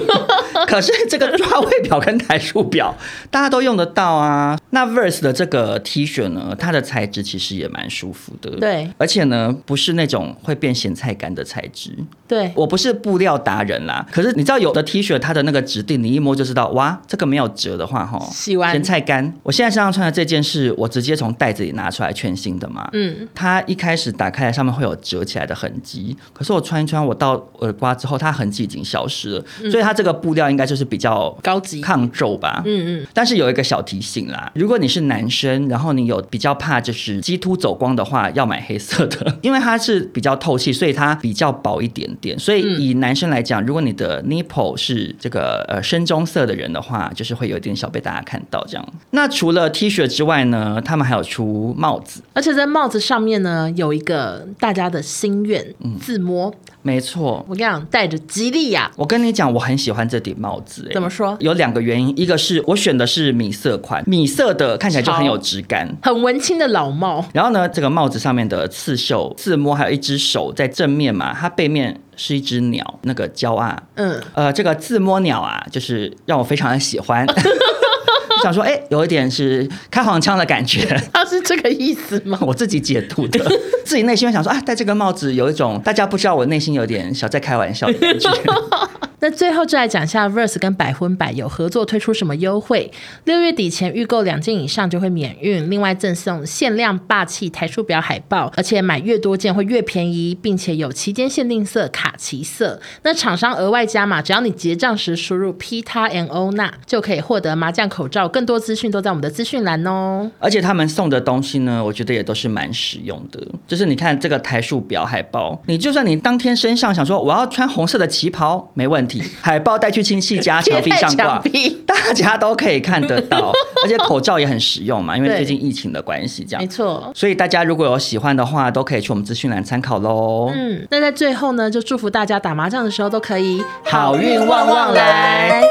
S2: 可是这个抓位表跟台数表大家都用得到啊。那 Verse 的这个 T 恤呢，它的材质其实也蛮舒服的，
S1: 对，
S2: 而且呢，不是那种会变咸菜干的材质。
S1: 对，
S2: 我不是布料达人啦，可是你知道有的 T 恤它的那个质地，你一摸就知道，哇，这个没有折的话，哈，
S1: 洗完
S2: 咸菜干。我现在身上穿的这件是我直接从袋子里拿出来全新的嘛，
S1: 嗯，
S2: 它一开始打开来上面会有折起来的痕迹，可是我穿一穿，我到耳刮之后，它痕迹已经消失了，所以它这个布料应该就是比较
S1: 高级
S2: 抗皱吧，
S1: 嗯嗯，
S2: 但是有一个小提醒啦，如果你是男生，然后你有比较怕就是鸡突走光的话，要买黑色 的，因为它是比较透气，所以它比较薄一点点。所以
S1: 嗯
S2: 以男生来讲，如果你的 nipple 是这个呃深棕色的人的话，就是会有一点小被大家看到这样。那除了 T 恤之外呢，他们还有出帽子，
S1: 而且在帽子上面呢，有一个大家的心愿，自摸。
S2: 没错。
S1: 我跟你讲，戴着吉利亚，
S2: 我跟你讲，我很喜欢这顶帽子、欸
S1: 怎么说
S2: 有两个原因，一个是我选的是米色款，米色的看起来就很有质感。
S1: 很文青的老帽，
S2: 然后呢，这个帽子上面的刺绣、刺摸，还有一只手在正面嘛，它背面是一只鸟，那个骄啊，
S1: 嗯，
S2: 呃，这个自摸鸟啊，就是让我非常的喜欢。 想说，哎、有一点是开黄腔的感觉，
S1: 他啊是这个意思吗？
S2: 我自己解读的，自己内心会想说，啊，戴这个帽子有一种大家不知道我内心有点小在开玩笑的感觉。
S1: 那最后就来讲一下 Verse 跟百分百有合作推出什么优惠。六月底前预购两件以上就会免运，另外赠送限量霸气台数表海报，而且买越多件会越便宜，并且有期间限定色、卡其色。那厂商额外加码，只要你结账时输入 Pita and Ona 就可以获得麻将口罩。更多资讯都在我们的资讯栏哦。
S2: 而且他们送的东西呢，我觉得也都是蛮实用的。就是你看这个台数表海报，你就算你当天身上想说我要穿红色的旗袍，没问 题，海报带去亲戚家墙壁上
S1: 贴在
S2: 挂
S1: 墙壁，
S2: 大家都可以看得 到。而且口罩也很实用嘛，因为
S1: 对
S2: 最近疫情的关系，这
S1: 没
S2: 样。
S1: 错，
S2: 所以大家如果有喜欢的话，都可以去我们资讯栏参考喽。
S1: 嗯，那在最后呢，就祝福大家打麻将的时候都可以
S2: 好运旺旺来。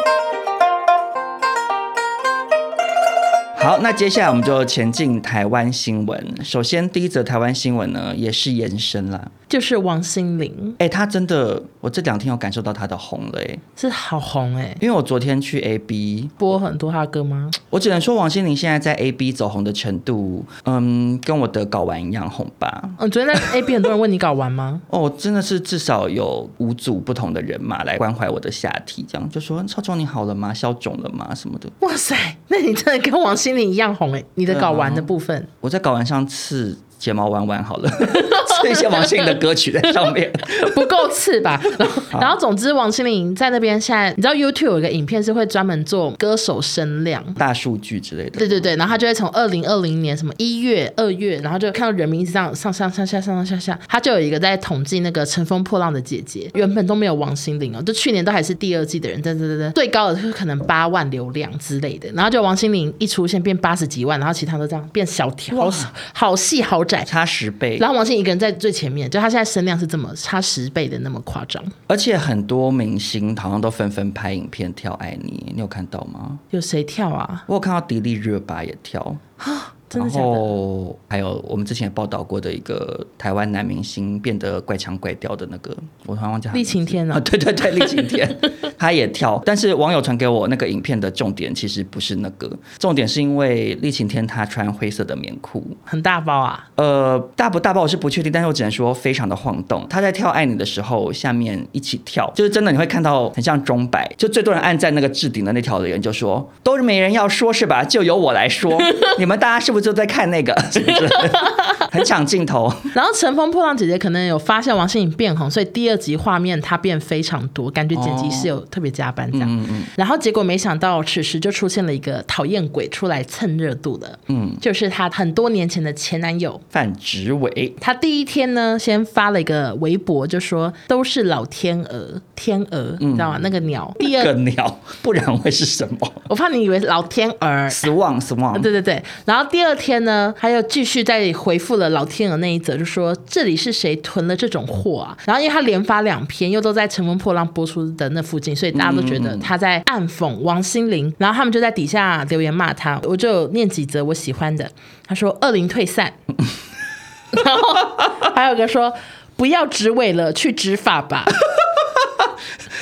S2: 好，那接下来我们就前进台湾新闻。首先，第一则台湾新闻呢，也是延伸啦。
S1: 就是王心凌
S2: 哎、他真的，我这两天有感受到他的红了、欸，
S1: 是好红哎、
S2: 因为我昨天去 A B，
S1: 播很多他的歌吗？
S2: 我只能说王心凌现在在 A B 走红的程度，嗯，跟我的睾丸一样红吧。
S1: 嗯，昨 天在 A B 很多人问你搞完吗？
S2: 哦，真的是至少有五组不同的人马来关怀我的下体，这样就说超壮你好了吗？消肿了吗？什么的。
S1: 哇塞，那你真的跟王心凌一样红哎、你的
S2: 对啊
S1: 搞完的部分，
S2: 我在睾丸上刺睫毛弯弯好了， 刺一些王心凌的歌曲在上面。
S1: 啊 不够刺 吧？然后，然后总之，王心凌在那边现在，你知道 YouTube 有一个影片是会专门做歌手声量。
S2: 大数据之类的
S1: 对。对对，然后他就会从二零二零年什么一月、二月，然后就看到人民一直这样上上上下上上下下，他就有一个在统计那个《乘风破浪的姐姐》，原本都没有王心凌哦，就去年都还是第二季的人，对对对对，最高的就是可能八万流量之类的，然后就王心凌一出现变八十几万，然后其他都这样变小条，好好细好窄，
S2: 差十倍，
S1: 然后王心凌一个人在最前面，就她现在声量是这么差十倍的那么夸张，
S2: 而且很多明星好像都纷纷拍影片跳《爱你》，你有看到吗？
S1: 有谁跳啊？
S2: 我有看到迪丽热巴也跳，
S1: 真的假
S2: 然
S1: 的？
S2: 后还有我们之前也报道过的一个台湾男明星变得怪腔怪调的那个，我突然忘记他的
S1: 厉
S2: 名字
S1: 晴天啊
S2: 啊， 对对对，厉晴天 他也跳，但是网友传给我那个影片的重点其实不是那个，重点是因为厉晴天她穿灰色的棉裤，
S1: 很大包啊！
S2: 呃，大不大爆我是不确定，但是我只能说非常的晃动。他在跳《爱你》的时候，下面一起跳，就是真的你会看到很像钟摆，就最多人按在那个置顶的那条的人就说，都是没人要说是吧？就由我 来说，你们大家是不是都在看那个？是不是？很抢镜头。
S1: 然后《乘风破浪》姐姐可能有发现王心凌变红，所以第二集画面她变非常多，感觉剪辑师有特别加班这样。然后结果没想到，此时就出现了一个讨厌鬼出来蹭热度的，嗯，就是她很多年前的前男友
S2: 范植伟，
S1: 他第一天呢，先发了一个微博，就说都是老天鹅，天鹅，你知道吗？嗯那个鸟。第
S2: 这
S1: 二
S2: 个，鸟，不然会是什么
S1: 我怕你以为是老天鹅。
S2: ？Swan
S1: 啊
S2: Swan，
S1: 对对对，然后第二天呢，他又继续再回复了老天鹅那一则，就说这里是谁囤了这种货啊？然后因为他连发两篇，又都在《乘风破浪》播出的那附近，所以大家都觉得他在暗讽王心凌，然后他们就在底下留言骂他。我就有念几则我喜欢的，他说“恶灵退散”，然后还有个说“不要植尾了，去植发吧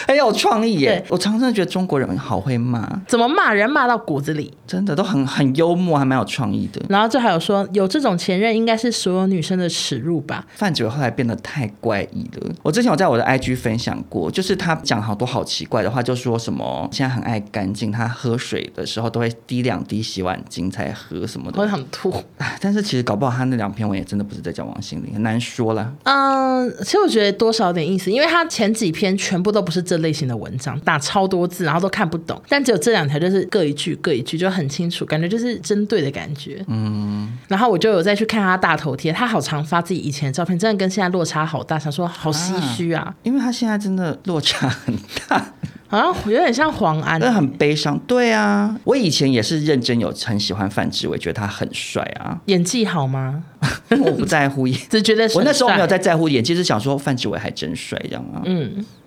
S2: 很有哎创意耶
S1: 对！
S2: 我常常觉得中国人好会骂”，，
S1: 怎么骂人骂到骨子里？
S2: 真的都很很幽默，还蛮有创意的。
S1: 然后就还有说有这种前任应该是所有女生的耻辱吧？
S2: 范哲后来变得太怪异了。我之前有在我的 IG 分享过，就是他讲好多好奇怪的话，就说什么现在很爱干净，他喝水的时候都会滴两滴洗碗精才喝什么
S1: 我
S2: 的。
S1: 想吐。
S2: 唉但是其实搞不好他那两篇文也真的不是在讲王心凌，很难说啦。
S1: 嗯，其实我觉得多少有点意思，因为他前几篇全部都不是这类型的文章，打超多字，然后都看不懂，但只有这两条就是各一句各一句，就很清楚，感觉就是针对的感觉。嗯，然后我就有再去看他大头贴，他好常发自己以前的照片，真的跟现在落差好大，想说好唏嘘啊，
S2: 因为他现在真的落差很大，
S1: 好像啊有点像黄安
S2: 真，的很悲伤。对啊，我以前也是认真有很喜欢范志伟，觉得他很帅啊。
S1: 演技好吗？
S2: 因为我不在乎演
S1: 只觉得
S2: 我那时候没有
S1: 在。
S2: 在在乎演技，是想说范志伟还真帅这样啊。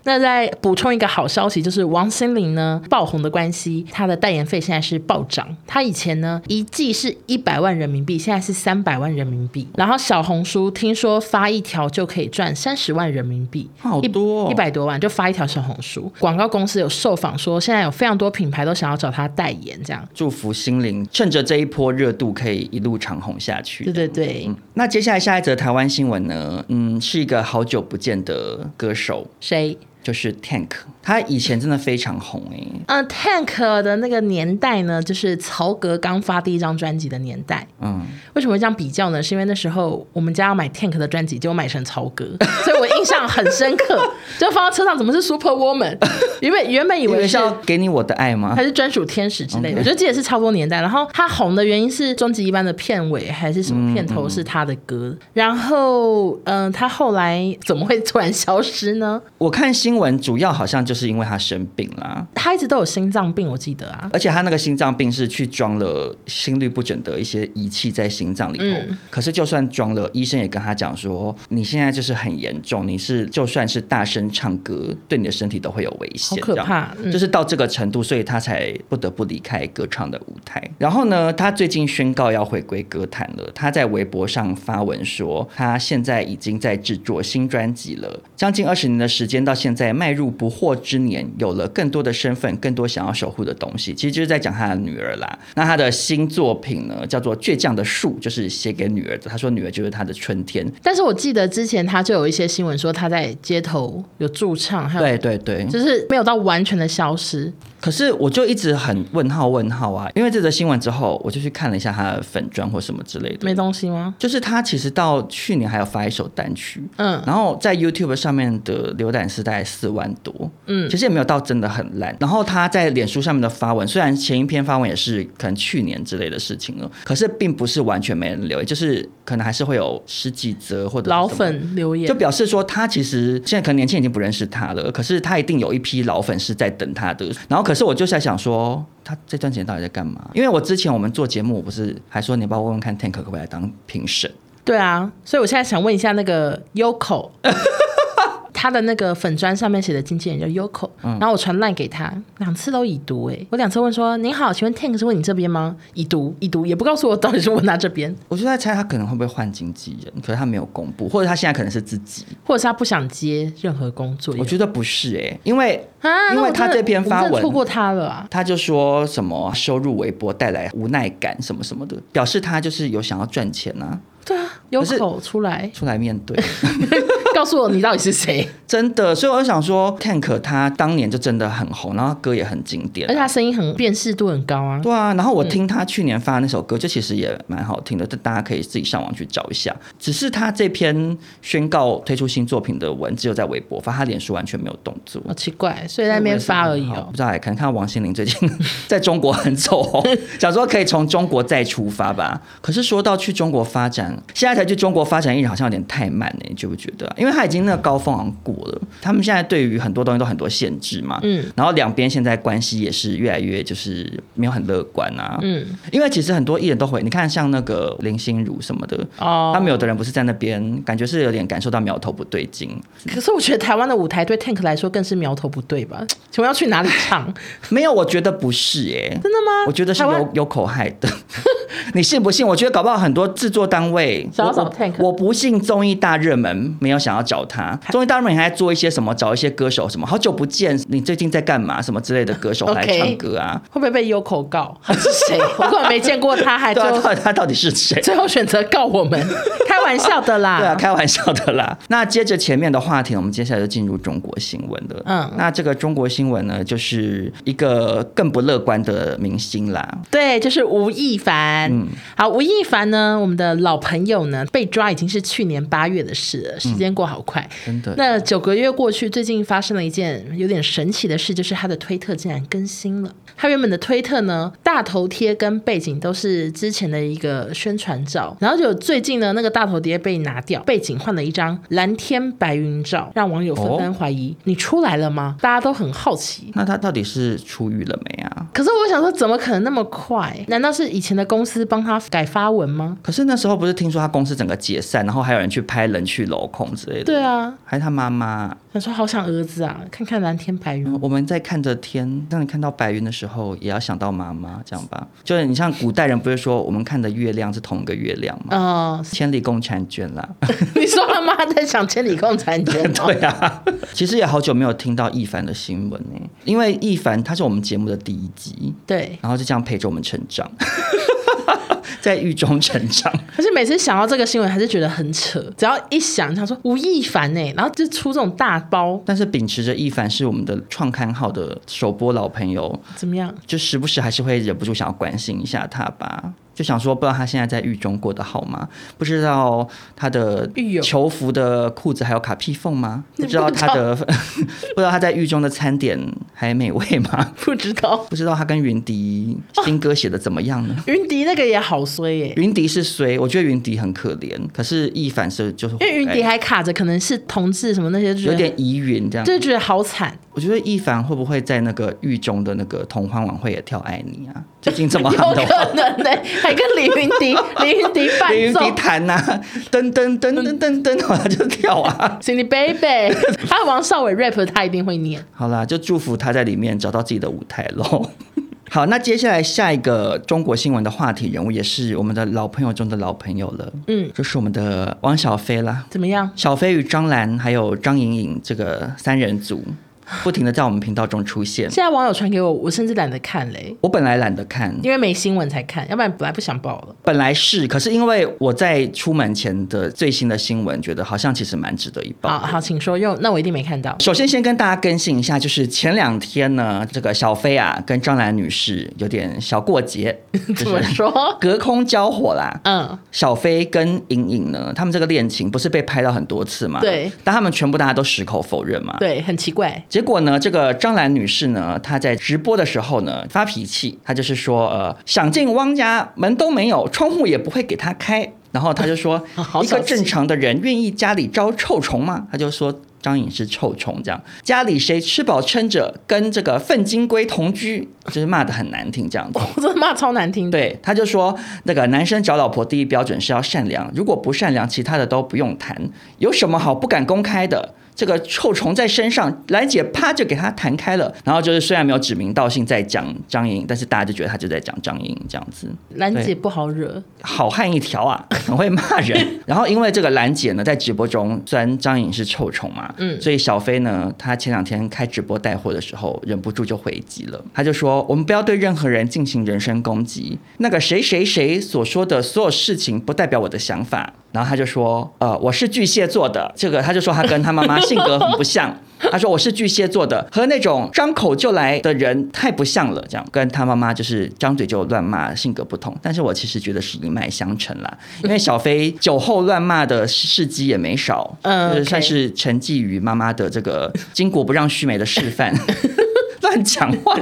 S1: 那再补充一个好消息，就是王心凌呢爆红的关系，她的代言费现在是暴涨。她以前呢一季是一百万人民币，现在是三百万人民币。然后小红书听说发一条就可以赚三十万人民币，
S2: 好多哦
S1: 一百多万就发一条小红书。广告公司有受访说，现在有非常多品牌都想要找她代言，这样。
S2: 祝福心灵，趁着这一波热度，可以一路长红下去。
S1: 对对对，
S2: 那接下来下一则台湾新闻呢？嗯，是一个好久不见的歌手，
S1: 谁？
S2: 就是 Tank，他以前真的非常红欸诶、
S1: 嗯、t a n k 的那个年代呢，就是曹格刚发第一张专辑的年代。
S2: 嗯，
S1: 为什么会这样比较呢？是因为那时候我们家要买 Tank 的专辑，结果买成曹格，所以我印象很深刻。就放到车上，怎么是 Super Woman？原本原本以
S2: 以为
S1: 为
S2: 是
S1: 是。
S2: 要给你我的爱吗
S1: 还？是专属天使之类的，我就记得是差不多年代。然后他红的原因是终极一班的片尾还是
S2: 嗯
S1: 什么片头是他的歌，然后嗯、他后来怎么会突然消失呢？
S2: 我看新闻主要好像就是因为他生病啦，
S1: 他一直都有心脏病，我记得啊。
S2: 而且他那个心脏病是去装了心律不整的一些仪器在心脏里头，
S1: 嗯
S2: 可是就算装了，医生也跟他讲说，你现在就是很严重，你是就算是大声唱歌，对你的身体都会有危险，
S1: 好可
S2: 这样
S1: 怕嗯
S2: 就是到这个程度，所以他才不得不离开歌唱的舞台。然后呢，他最近宣告要回归歌坛了，他在微博上发文说，他现在已经在制作新专辑了，将近二十年的时间到现在迈入不惑之年，有了更多的身份，更多想要守护的东西，其实就是在讲他的女儿啦。那他的新作品呢，叫做《倔强的树》，就是写给女儿的。他说，女儿就是他的春天。
S1: 但是我记得之前他就有一些新闻说他在街头有驻唱，还有
S2: 对对对，
S1: 就是没有到完全的消失。
S2: 可是我就一直很问号问号啊，因为这则新闻之后，我就去看了一下他的粉砖或什么之类的，
S1: 没东西吗？
S2: 就是他其实到去年还有发一首单曲，
S1: 嗯
S2: 然后在 YouTube 上面的浏览是大概四万多，
S1: 嗯
S2: 其实也没有到真的很烂。然后他在脸书上面的发文，虽然前一篇发文也是可能去年之类的事情了，可是并不是完全没人留意，就是可能还是会有十几则或者是
S1: 老
S2: 什么
S1: 粉留言
S2: 就表示说他其实现在可能年轻人已经不认识他了，可是他一定有一批老粉是在等他的。然后，可是我就在想说，他这段时间到底在干嘛？因为我之前我们做节目，我不是还说你帮我问问看 Tank 可不可以来当评审？
S1: 对啊，所以我现在想问一下那个 Yoko，他的那个粉砖上面写的经纪人叫 Yoko，、然
S2: 嗯
S1: 后我传烂给他，两次都已读哎、我两次问说您好，请问 Tank 是问你这边吗？已读已读，也不告诉我到底是问他这边，
S2: 我就在猜他可能会不会换经纪人，可是他没有公布，或者他现在可能是自己。
S1: 或者是他不想接任何工作也
S2: 我觉得不是诶、欸因为
S1: 啊，那
S2: 因为
S1: 我
S2: 他
S1: 真的
S2: 这篇
S1: 我
S2: 发
S1: 真的
S2: 文
S1: 错过他了啊。
S2: 他就说什么收入微薄带来无奈感什么什么的，表示他就是有想要赚钱啊，
S1: 对啊
S2: 可是
S1: ，Yoko 出来
S2: 出来面对。
S1: 告诉我你到底是 谁，
S2: 真的，所以我就想说，Tank 他当年就真的很红，然后歌也很经典
S1: 而且。他声音很辨识度很高啊。
S2: 对啊，然后我听他去年发的那首歌，就其实也蛮好听的，但大家可以自己上网去找一下。只是他这篇宣告推出新作品的文，只有在微博发，他脸书完全没有动作。
S1: 好哦奇怪，所以在那边发而已
S2: 好
S1: 哦
S2: 不。知道哎，可能看到王心凌最近 在中国很走红，想说可以从中国再出发吧。可是说到去中国发展，现在才去中国发展，艺人好像有点太慢了，你觉不觉得啊？因为他已经那个高峰好像过了，他们现在对于很多东西都很多限制嘛。
S1: 嗯
S2: 嗯，然后两边现在关系也是越来越就是没有很乐观啊。
S1: 嗯，
S2: 因为其实很多艺人都会，你看像那个林心如什么的。
S1: 哦
S2: 他，们有的人不是在那边，感觉是有点感受到苗头不对劲，
S1: 可是我觉得台湾的舞台对 Tank 来说更是苗头不对 吧？请问要去哪里唱？
S2: 没有，我觉得不是欸耶、
S1: 真的吗？
S2: 我觉得是
S1: 台湾
S2: 有有口害的， 你信不信？我觉得搞不好很多制作单位
S1: 想要
S2: 我
S1: 找
S2: 我
S1: Tank
S2: 我不信综艺大热门没有想要找他，综艺大热门还在做一些什么，找一些歌手什么，好久不见，你最近在干嘛？什么之类的歌手
S1: OK
S2: 来唱歌啊？
S1: 会不会被 Yoko 告？他是谁？我根本没见过他，还
S2: 对
S1: 最
S2: 啊，
S1: 后、
S2: 到底他到底是谁？
S1: 最后选择告我 们，开玩笑的啦。
S2: 对啊，开玩笑的啦。那接着前面的话题，我们接下来就进入中国新闻了。
S1: 嗯
S2: 嗯，那这个中国新闻呢，就是一个更不乐观的明星啦。
S1: 对，就是吴亦凡。
S2: 嗯
S1: 好，吴亦凡呢，我们的老朋友呢，被抓已经是去年八月的事
S2: 嗯
S1: 了，时间过好快。
S2: 真的
S1: 那九个月过去，最近发生了一件有点神奇的事，就是他的推特竟然更新了。他原本的推特呢，大头贴跟背景都是之前的一个宣传照，然后就最近呢，那个大头头贴被拿掉，背景换了一张蓝天白云照，让网友纷纷怀疑、你出来了吗？大家都很好奇。
S2: 那他到底是出狱了没啊？
S1: 可是我想说，怎么可能那么快？难道是以前的公司帮他改发文吗？
S2: 可是那时候不是听说他公司整个解散，然后还有人去拍人去楼空之类的，
S1: 对啊，
S2: 还是他妈妈。
S1: 想说好想儿子啊，看看蓝天白云。
S2: 嗯我们在看着天，当你看到白云的时候，也要想到妈妈，这样吧。就是你像古代人不是说我们看的月亮是同一个月亮吗？
S1: 哦，
S2: 千里共婵娟啦，
S1: 你说他妈在想千里共婵娟吗？
S2: 对啊，其实也好久没有听到一凡的新闻呢、因为一凡他是我们节目的第一集，
S1: 对，
S2: 然后就这样陪着我们成长， 在狱中成长。
S1: 可是每次想到这个新闻，还是觉得很扯。只要一想，想说吴亦凡呢、然后就出这种大包，
S2: 但是秉持着一凡是我们的创刊号的首播老朋友，
S1: 怎么样？
S2: 就时不时还是会忍不住想要关心一下他吧。就想说，不知道他现在在狱中过得好吗？不知道他的
S1: 狱友
S2: 囚服的裤子还有卡屁缝吗？不知道他的 不知道他在狱中的餐点还美味吗？
S1: 不知道。
S2: 不知道他跟云迪新歌写的怎么样呢？
S1: 云迪那个也好衰欸耶、
S2: 云迪是衰，我觉得云迪很可怜，可是一凡是就是
S1: 因为云迪
S2: 活
S1: 还卡着，可能是同志什么那些，就
S2: 该
S1: 觉得
S2: 有点疑云这样。
S1: 就觉得好惨。
S2: 我觉得一凡会不会在那个狱中的那个同欢晚会也跳爱你啊？最近 这么
S1: 有
S2: 好的话，
S1: 可能呢、还跟李云 迪、李云迪伴
S2: 林云
S1: 奏。
S2: 迪
S1: 嗯
S2: 弹呐， 噔噔噔噔噔噔，好啦， 就跳啊。
S1: Cindy Baby，还有王少伟 rap，他一定会念。
S2: 好啦，就祝福他在里面找到自己的舞台喽。 好，那接下来下一个中国新闻的话题人物，也是我们的老朋友中的老朋友了，
S1: 嗯，
S2: 就是我们的汪小菲啦。
S1: 怎么样？
S2: 小飞与张兰还有张颖颖这个三人组，不停的在我们频道中出 现。
S1: 现在网友传给我，我甚至懒得看嘞，
S2: 我本来懒得看，
S1: 因为没新闻才看，要不然本来不想报了。
S2: 本来是，可是因为我在出门前的最新的新闻，觉得好像其实蛮值得一
S1: 好
S2: 报。
S1: 好，请说用。那我一定没看到。
S2: 首先，先跟大家更新一下，就是前两天呢，这个小飞啊跟张兰女士有点小 过节，就
S1: 怎么
S2: 是
S1: 说？
S2: 隔空交火啦。
S1: 嗯，
S2: 小飞跟颖颖呢，他们这个恋情不是被拍到很多次吗？
S1: 对，
S2: 但他们全部大家都矢口否认嘛。
S1: 对，很奇怪。，
S2: 结果呢，这个张兰女士呢，她在直播的时候呢发脾气，她就是说，呃，想进汪家门都没有，窗户也不会给她开。然后她就说
S1: 好
S2: 一个
S1: 小气
S2: 正常的人愿意家里招臭虫吗？她就说。张颖是臭虫，这样家里谁吃饱撑着跟这个粪金龟同居，就是骂的很难听这样子。
S1: 我真的骂超难听的。
S2: 对，他就说那个男生找老婆第一标准是要善良，如果不善良，其他的都不用谈。有什么好不敢公开的？这个臭虫在身上，兰姐啪就给他弹开了。然后就是虽然没有指名道姓在讲张莹，但是大家就觉得他就在讲张莹这样子。
S1: 兰姐不好惹，
S2: 好汉一条啊，很会骂人。然后因为这个兰姐呢，在直播中，虽然张颖是臭虫嘛，嗯，所以小飞呢，她前两天开直播带货的时候，忍不住就回击了。她就说：“我们不要对任何人进行人身攻击，那个谁谁谁所说的所有事情，不代表我的想法。”然后她就说：“呃，我是巨蟹座的。”这个她就说她跟她妈妈性格很不像。 她说我是巨蟹座的，和那种张口就来的人太不像了。这样跟她妈妈就是张嘴就乱骂，性格不同。但是我其实觉得是一脉相承啦，因为小飞酒后乱骂的事迹也没少，
S1: 嗯
S2: 就是算
S1: OK
S2: 是沉寂于妈妈的这个巾帼不让须眉的示范。乱讲话。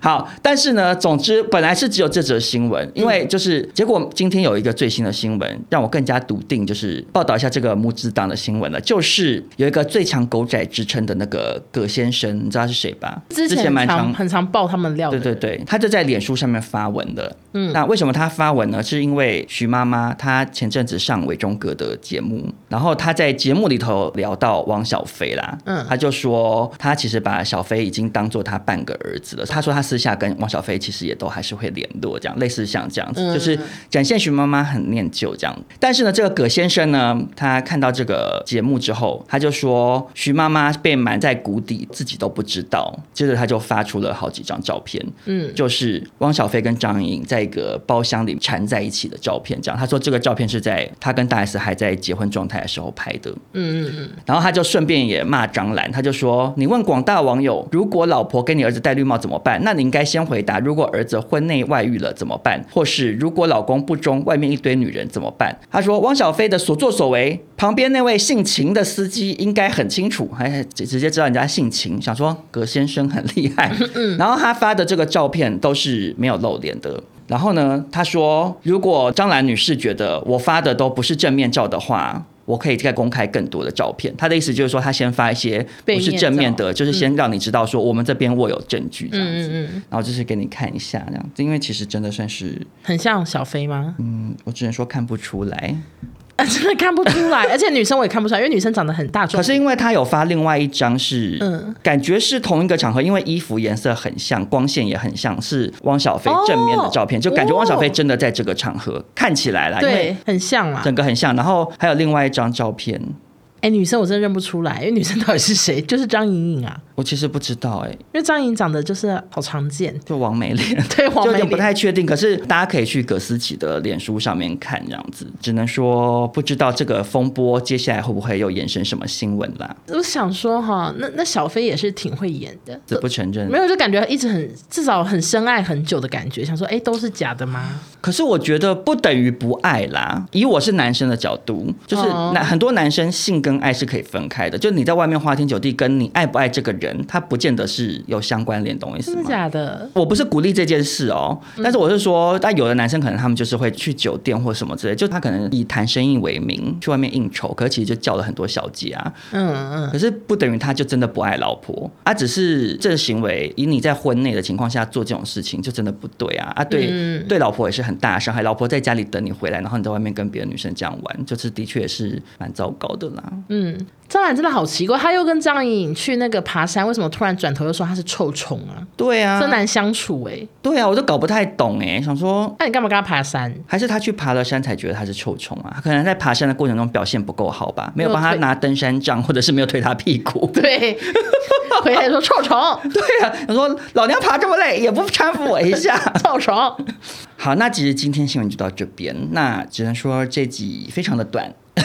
S2: 好，但是呢，总之本来是只有这则新闻，因
S1: 嗯
S2: 为就是结果今天有一个最新的新闻，让我更加笃定，就是报道一下这个母子党的新闻了。就是有一个最强狗仔之称的那个葛先生，你知道他是谁吧？
S1: 之前
S2: 蛮
S1: 很
S2: 常
S1: 常很常爆他们料
S2: 对
S1: 的。
S2: 对对，他就在脸书上面发文的。嗯，那为什么他发文呢？是因为徐妈妈她前阵子上伟忠哥的节目，然后她在节目里头聊到汪小菲啦，
S1: 嗯
S2: 嗯，她就说她其实把小菲已经当做她半个儿子了。她说她私下跟汪小菲其实也都还是会联络，这样类似像这样子，
S1: 嗯
S2: 就是展现徐妈妈很念旧这样。但是呢，这个葛先生呢，他看到这个节目之后，他就说徐妈妈被埋在谷底，自己都不知道。接着他就发出了好几张照片，
S1: 嗯，
S2: 就是汪小菲跟张颖在一个包厢里缠在一起的照片。这样，他说这个照片是在他跟大 S 还在结婚状态的时候拍的。
S1: 嗯嗯嗯，
S2: 然后他就顺便也骂张兰，他就说：“你问广大网友，如果老婆给你儿子戴绿帽怎么办？那你应该先回答，如果儿子婚内外遇了怎么办？或是如果老公不忠，外面一堆女人怎么办？”他说：“汪小菲的所作所为，旁边那位姓秦的司机应该很清楚，还直直接知道人家姓秦，想说葛先生很厉害。”然后他发的这个照片都是没有露脸的。然后呢，他说，如果张兰女士觉得我发的都不是正面照的话，我可以再公开更多的照片。他的意思就是说，他先发一些不是正面的，就是先让你知道说我们这边握有证据这样子，
S1: 嗯嗯嗯，
S2: 然后就是给你看一下这样子。因为其实真的算是，
S1: 很像小飞吗？
S2: 嗯，我只能说看不出来。
S1: 啊， 真的看不出来，而且女生我也看不出来，因为女生长得很大
S2: 可
S1: 壮。
S2: 是因为他有发另外一张是，
S1: 嗯
S2: 感觉是同一个场合，因为衣服颜色很像，光线也很像，是汪小菲正面的照
S1: 哦
S2: 片，就感觉汪小菲真的在这个场合、看起来啦，因为
S1: 对，很像啦。
S2: 整个很像。然后还有另外一张照片，
S1: 哎、女生我真的认不出来，因为女生到底是谁？就是张莹莹啊，
S2: 我其实不知道哎、欸
S1: 因为张莹长得就是好常见，
S2: 就王美脸。
S1: 对，黄
S2: 就有
S1: 梅
S2: 点不
S1: 脸。
S2: 太确定，可是大家可以去葛思琪的脸书上面看，这样子，只能说不知道这个风波接下来会不会又衍生什么新闻啦，
S1: 我想说哈，那那小飞也是挺会演的，
S2: 这不承认
S1: 没。有就感觉一直很至少很深爱很久的感觉，想说哎、都是假的吗？
S2: 可是我觉得不等于不爱啦。以我是男生的角度，就是
S1: 哦
S2: 男、很多男生性跟爱是可以分开的，就你在外面花天酒地，跟你爱不爱这个人，他不见得是有相关联，懂我意思
S1: 真的
S2: 吗？
S1: 假的？
S2: 我不是鼓励这件事哦，
S1: 嗯
S2: 但是我是说，但有的男生可能他们就是会去酒店或什么之类，就他可能以谈生意为名去外面应酬，可是其实就叫了很多小姐啊，
S1: 嗯嗯，
S2: 可是不等于他就真的不爱老婆，啊，只是这个行为以你在婚内的情况下做这种事情，就真的不对啊！啊对，
S1: 嗯
S2: 对老婆也是很大的伤害。老婆在家里等你回来，然后你在外面跟别的女生这样玩，就是的确是蛮糟糕的啦。
S1: 张兰真的好奇怪，她又跟张莹莹去那个爬山，为什么突然转头又说她是臭虫啊？
S2: 对
S1: 真
S2: 啊，
S1: 难相处哎、
S2: 对啊，我都搞不太懂哎、想说。
S1: 那你干嘛跟她爬山？
S2: 还是他去爬了山才觉得他是臭虫啊？他可能在爬山的过程中表现不够好吧，没有帮他
S1: 没有推
S2: 拿登山杖，或者是没有推他屁 股。
S1: 对，回来说臭虫，
S2: 对啊，他说老娘爬这么累，也不搀扶我一下。
S1: 臭虫。
S2: 好，那其实今天新闻就到这边，那只能说这集非常的短。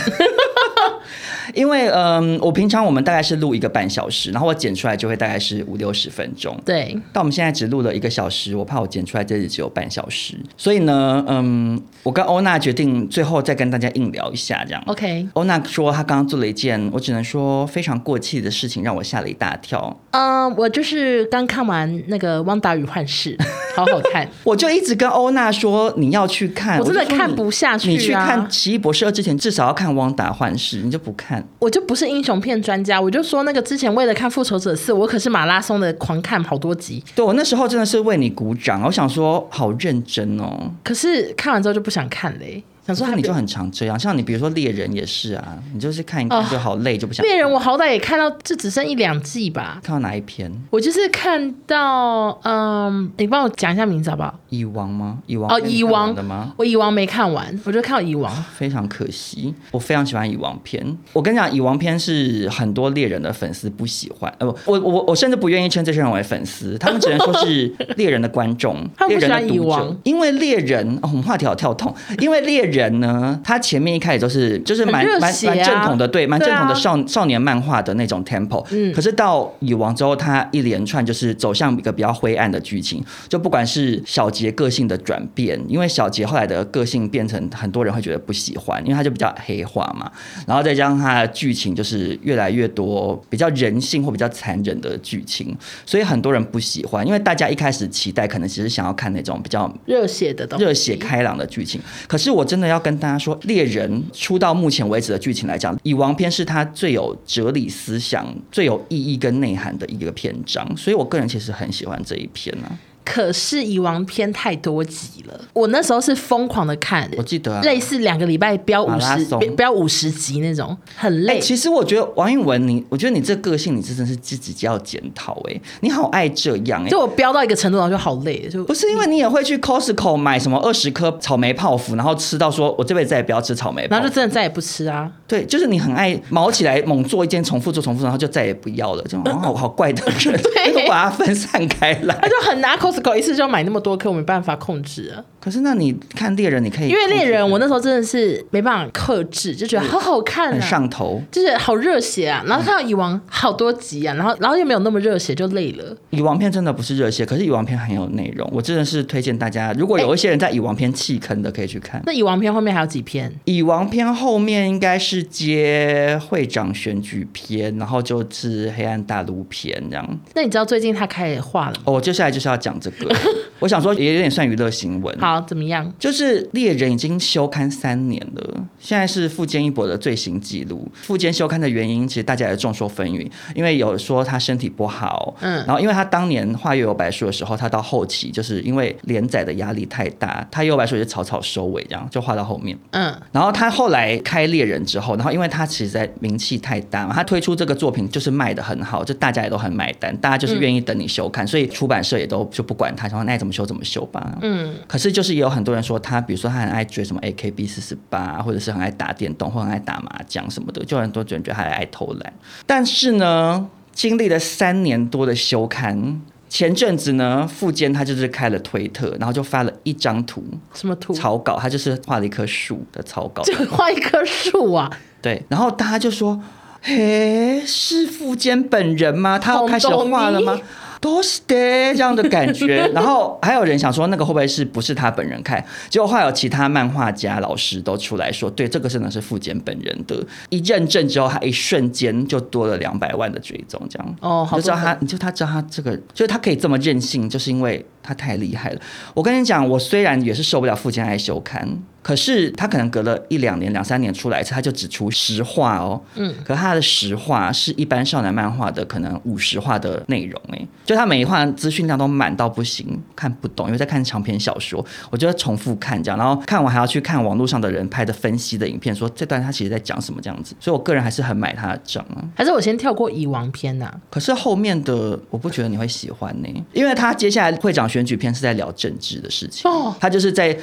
S2: 因为嗯，我平常我们大概是录一个半小时，然后我剪出来就会大概是五六十分钟。
S1: 对，
S2: 但我们现在只录了一个小时，我怕我剪出来这里只有半小时，所以呢，嗯，我跟欧娜决定最后再跟大家硬聊一下，这样。
S1: OK，
S2: 欧娜说她刚刚做了一件我只能说非常过气的事情，让我吓了一大跳。
S1: 嗯、我就是刚看完那个《汪达与幻视》，好好看，
S2: 我就一直跟欧娜说你要去看，
S1: 我真的
S2: 就说
S1: 看
S2: 你
S1: 不下去、啊。
S2: 你去看《奇异博士二》之前，至少要看《汪达幻视》，你就不看。
S1: 我就不是英雄片专家，我就说那个之前为了看《复仇者四》，我可是马拉松的狂看好多集，
S2: 对我那时候真的是为你鼓掌，我想说好认真哦。啊
S1: 可是看完之后就不想看嘞、想说
S2: 像你就
S1: 还
S2: 很常这样，像你比如说猎人也是啊，你就是看一
S1: 哦
S2: 看就好累，就不想
S1: 别猎人，我好歹也看到就只剩一两季吧。
S2: 看到哪一篇？
S1: 我就是看到，嗯，你帮我讲一下名字好不好？
S2: 蚁王吗？蚁王
S1: 哦，
S2: 片你
S1: 蚁
S2: 看完
S1: 王
S2: 了吗？
S1: 我蚁王没看完，我就看到蚁王。
S2: 非常可惜，我非常喜欢蚁王篇。我跟你讲，蚁王篇是很多猎人的粉丝不喜欢，呃，不我我我甚至不愿意称这些人为粉丝，他们只能说是猎人的观众
S1: 他，们
S2: 猎
S1: 不喜欢
S2: 人的
S1: 蚁
S2: 读者
S1: 王。
S2: 因为猎人，哦、我们话题好跳痛。因为猎人呢，他前面一开始都是就是蛮
S1: 很热
S2: 蛮
S1: 血啊
S2: 蛮正统的，对，蛮
S1: 对
S2: 正
S1: 啊
S2: 统的少、少年漫画的那种 tempo。
S1: 嗯
S2: 可是到蚁王之后，他一连串就是走向一个比较灰暗的剧情，就不管是小杰个性的转变，因为小杰后来的个性变成很多人会觉得不喜欢，因为他就比较黑化嘛，然后再加上他的剧情就是越来越多比较人性或比较残忍的剧情，所以很多人不喜欢，因为大家一开始期待可能只是想要看那种比较
S1: 热血的东西，
S2: 热血开朗的剧情。可是我真的要跟大家说，《猎人》出到目前为止的剧情来讲，以王篇是它最有哲理思想、最有意义跟内涵的一个篇章，所以我个人其实很喜欢这一篇啊。
S1: 可是蚁王篇太多集了，我那时候是疯狂的看，
S2: 我记得啊。
S1: 类似两个礼拜标
S2: 马
S1: 五
S2: 拉
S1: 十
S2: 松，
S1: 标五十集那种，很累。
S2: 哎其实我觉得王韵文你，我觉得你这个性，你真的是自己要检讨哎，你好爱这样哎、
S1: 就我飙到一个程度，然后就好累，就
S2: 不是因为你也会去 Costco 买什么二十颗草莓泡芙，然后吃到说我这辈子再也不要吃草莓泡
S1: 然
S2: 芙
S1: 后就真的再也不吃啊。
S2: 对，就是你很爱毛起来，猛做一件，重复做，重复做，然后就再也不要了，这种好好怪的 人，
S1: 对
S2: 都把它分散开来
S1: 他。就很拿 Costco 一次就买那么多颗，我没办法控制啊。
S2: 可是那你看猎人，你可以
S1: 因为猎人，我那时候真的是没办法克制，就觉得好好看
S2: 很
S1: 啊，
S2: 上头。
S1: 就是好热血啊。然后看到蚁王好多集啊，然后然后又没有那么热血，就累了。
S2: 蚁王片真的不是热血，可是蚁王片很有内容，我真的是推荐大家，如果有一些人在蚁王片弃坑的，可以去看。
S1: 那蚁王篇后面还有几篇？
S2: 蚁王片后面应该是接会长选举篇，然后就是黑暗大陆篇这样。
S1: 那你知道最近他开始画了。
S2: 哦，我接下来就是要讲这 个，我想说也有点算娱乐新闻。
S1: 好，怎么样？
S2: 就是猎人已经休刊三年了，现在是富坚义博的最新记录。富坚休刊的原因，其实大家也众说纷纭，因为有说他身体不好，嗯，然后因为他当年画《月有白书》的时候，他到后期就是因为连载的压力太大，他《月有白书》也是草草收尾，这样就画到后面。
S1: 嗯，
S2: 然后他后来开猎人之后，然后因为他其实在名气太大嘛，他推出这个作品就是卖的很好，就大家也都很买单，大家就是愿意等你休刊，所以出版社也都就不管他，然后那怎么修怎么修吧。嗯，可是就是也有很多人说他，比如说他很爱追什么 AKB 四四八，或者是很爱打电动，或很爱打麻将什么的，就很多人觉得他很爱偷懒。但是呢，经历了三年多的休刊。前阵子呢，富坚他就是开了推特，然后就发了一张图，
S1: 什么图？
S2: 草稿，他就是画了一棵树的草稿。
S1: 就画一棵树啊，
S2: 对，然后大家就说：“嘿，是富坚本人吗？他要开始画了
S1: 好
S2: 吗
S1: 懂？”
S2: 都是的这样的 感觉，然后还有人想说那个会不会是不是他本人开？结果后来有其他漫画家老师都出来说，对，这个真的是富坚本人的。一认证之后，他一瞬间就多了两百万的追踪，这样
S1: 哦好
S2: 你就知道
S1: 多
S2: 他，你就他知道他这个，就是他可以这么任性，就是因为他太厉害了。我跟你讲，我虽然也是受不了富坚爱修刊，可是他可能隔了一两年、两三年出来一次，他就只出十话哦。嗯，可他的十话是一般少男漫画的可能五十话的内容、欸，就他每一话资讯量都满到不行，看不懂，因为在看长篇小说，我就要重复看这样，然后看完还要去看网络上的人拍的分析的影片，说这段他其实在讲什么这样子，所以我个人还是很买他的账啊。
S1: 还是我先跳过蚁王啊篇呐、
S2: 可是后面的我不觉得你会喜欢呢、因为他接下来会长选举片是在聊政治的事情，
S1: 哦
S2: 他就 是在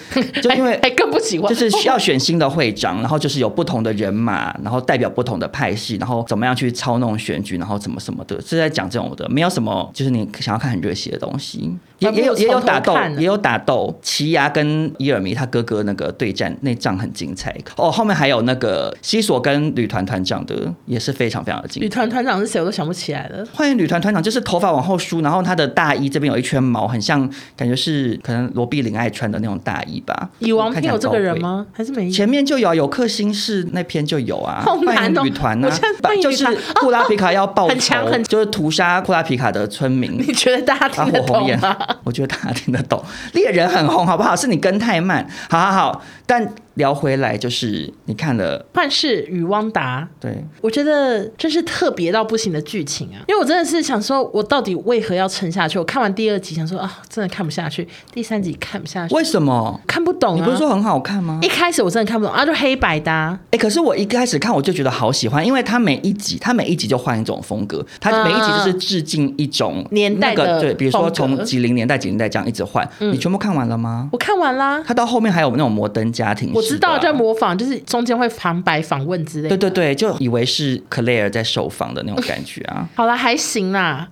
S2: 就因为
S1: 还还更不喜欢，
S2: 就是需要选新的会长，然后就是有不同的人马，然后代表不同的派系，然后怎么样去操弄选举，然后怎么什么的，是在讲这种的，没有什么就是你想要看很热血的东西，也
S1: 那不
S2: 也有也有打斗
S1: 从头看，了
S2: 也有打斗，奇牙跟伊尔迷他哥哥那个对战那仗很精彩哦，后面还有那个西索跟旅团团长的也是非常非常的精彩
S1: 女。团团长是谁我都想不起来了。
S2: 幻影女团团长就是头发往后梳，然后她的大衣这边有一圈毛，很像感觉是可能罗碧玲爱穿的那种大衣吧。
S1: 蚁王
S2: 看
S1: 篇
S2: 起来
S1: 有
S2: 很
S1: 这个人
S2: 高贵？
S1: 吗？还是没有？
S2: 前面就有啊有克星是那篇就有啊，
S1: 好难哦
S2: 幻影女团
S1: 我
S2: 啊
S1: 现在，幻影
S2: 就
S1: 女
S2: 是
S1: 团
S2: 库拉皮卡要报仇，
S1: 很强很
S2: 就是屠杀库拉皮卡的 村民
S1: 你。觉得大家
S2: 啊，
S1: 听得
S2: 火红
S1: 懂
S2: 眼
S1: 吗？，
S2: 我觉得大家听得懂。猎人很红，好不好？是你跟太慢，好好好。但聊回来，就是你看了，
S1: 幻视与汪达，
S2: 对，
S1: 我觉得真是特别到不行的剧情啊！因为我真的是想说，我到底为何要撑下去？我看完第二集，想说啊，真的看不下去；第三集看不下去，
S2: 为什么？
S1: 看不懂、啊。
S2: 你不是说很好看吗？
S1: 一开始我真的看不懂啊，就黑白的、啊，
S2: 哎、可是我一开始看我就觉得好喜欢，因为它每一集，它每一集就换一种风格，它
S1: 嗯
S2: 每一集就是致敬一种
S1: 年代
S2: 那
S1: 的
S2: 个对，比如说
S1: 风格嗯
S2: 从几零年代、几零年代这样一直换，你全部看完了吗？
S1: 我看完啦。
S2: 它到后面还有那种摩登家庭式的啊、
S1: 我知道在模仿，就是中间会旁白访问之类
S2: 对
S1: 的。
S2: 对对，就以为是 Claire 在受访的那种感觉啊，
S1: 好啦，还行啦，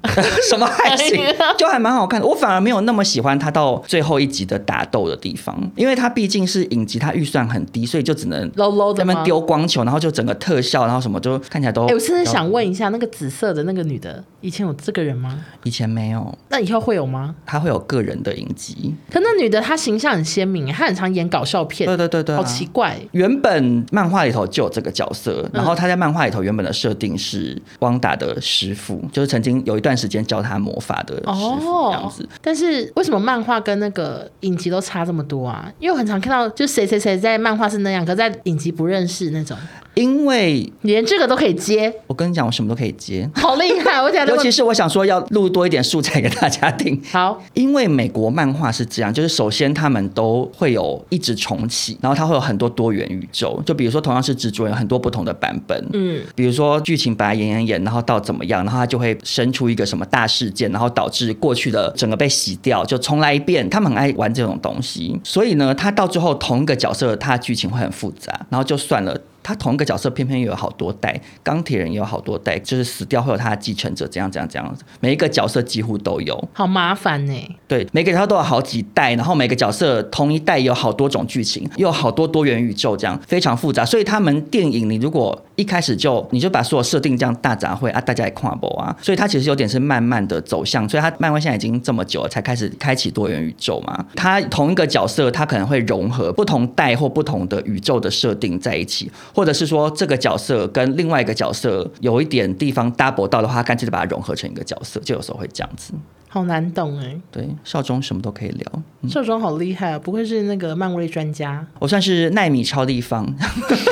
S2: 什么还行
S1: 哎呀，
S2: 就还蛮好看的。我反而没有那么喜欢它到最后一集的打斗的地方，因为它毕竟是影集，它预算很低，所以就只能
S1: low low
S2: 在
S1: 的
S2: 那
S1: 吗
S2: 边？丢光球，然后就整个特效，然后什么就看起来都。
S1: 哎、我真的想问一下，那个紫色的那个女的，以前有这个人吗？
S2: 以前没有，
S1: 那以后会有吗？
S2: 他会有个人的影集。
S1: 可那女的她形象很鲜明，她很常演搞笑片，
S2: 对对对对、啊，嗯
S1: 好奇怪。
S2: 原本漫画里头就有这个角色，然后他在漫画里头原本的设定是汪达的师傅，就是曾经有一段时间教他魔法的师傅这样
S1: 哦
S2: 子。，
S1: 但是为什么漫画跟那个影集都差这么多啊？因为我很常看到，就谁谁谁在漫画是那样，可在影集不认识那种，
S2: 因为
S1: 连这个都可以接，
S2: 我跟你讲，我什么都可以接，
S1: 好厉害！我讲
S2: 尤
S1: 如果
S2: 其是我想说要录多一点素材给大家听。
S1: 好，
S2: 因为美国漫画是这样，就是首先他们都会有一直重启，然后它会有很多多元宇宙，就比如说同样是蜘蛛人，有很多不同的版本，
S1: 嗯，
S2: 比如说剧情本来演演演，然后到怎么样，然后它就会生出一个什么大事件，然后导致过去的整个被洗掉，就重来一遍。他们很爱玩这种东西，所以呢，他到最后同一个角色，他的剧情会很复杂，然后就算了。他同一个角色偏偏又有好多代，钢铁人也有好多代，就是死掉会有他的继承者，怎样怎样怎样，每一个角色几乎都有。
S1: 好麻烦呢、
S2: 对，每个角色都有好几代，然后每个角色同一代有好多种剧情，又有好多多元宇宙，这样非常复杂。所以他们电影，你如果一开始就你就把所有设定这样大杂烩啊，大家也看不啊，所以它其实有点是慢慢的走向。所以它漫威现在已经这么久了，才开始开启多元宇宙嘛。它同一个角色，它可能会融合不同代或不同的宇宙的设定在一起，或或者是说这个角色跟另外一个角色有一点地方 double 到的话，干脆就把它融合成一个角色，就有时候会这样子。
S1: 好难懂哎、
S2: 对，少中什么都可以聊，
S1: 少庄好厉害啊，不愧是那个漫威专家。
S2: 我算是奈米超立方，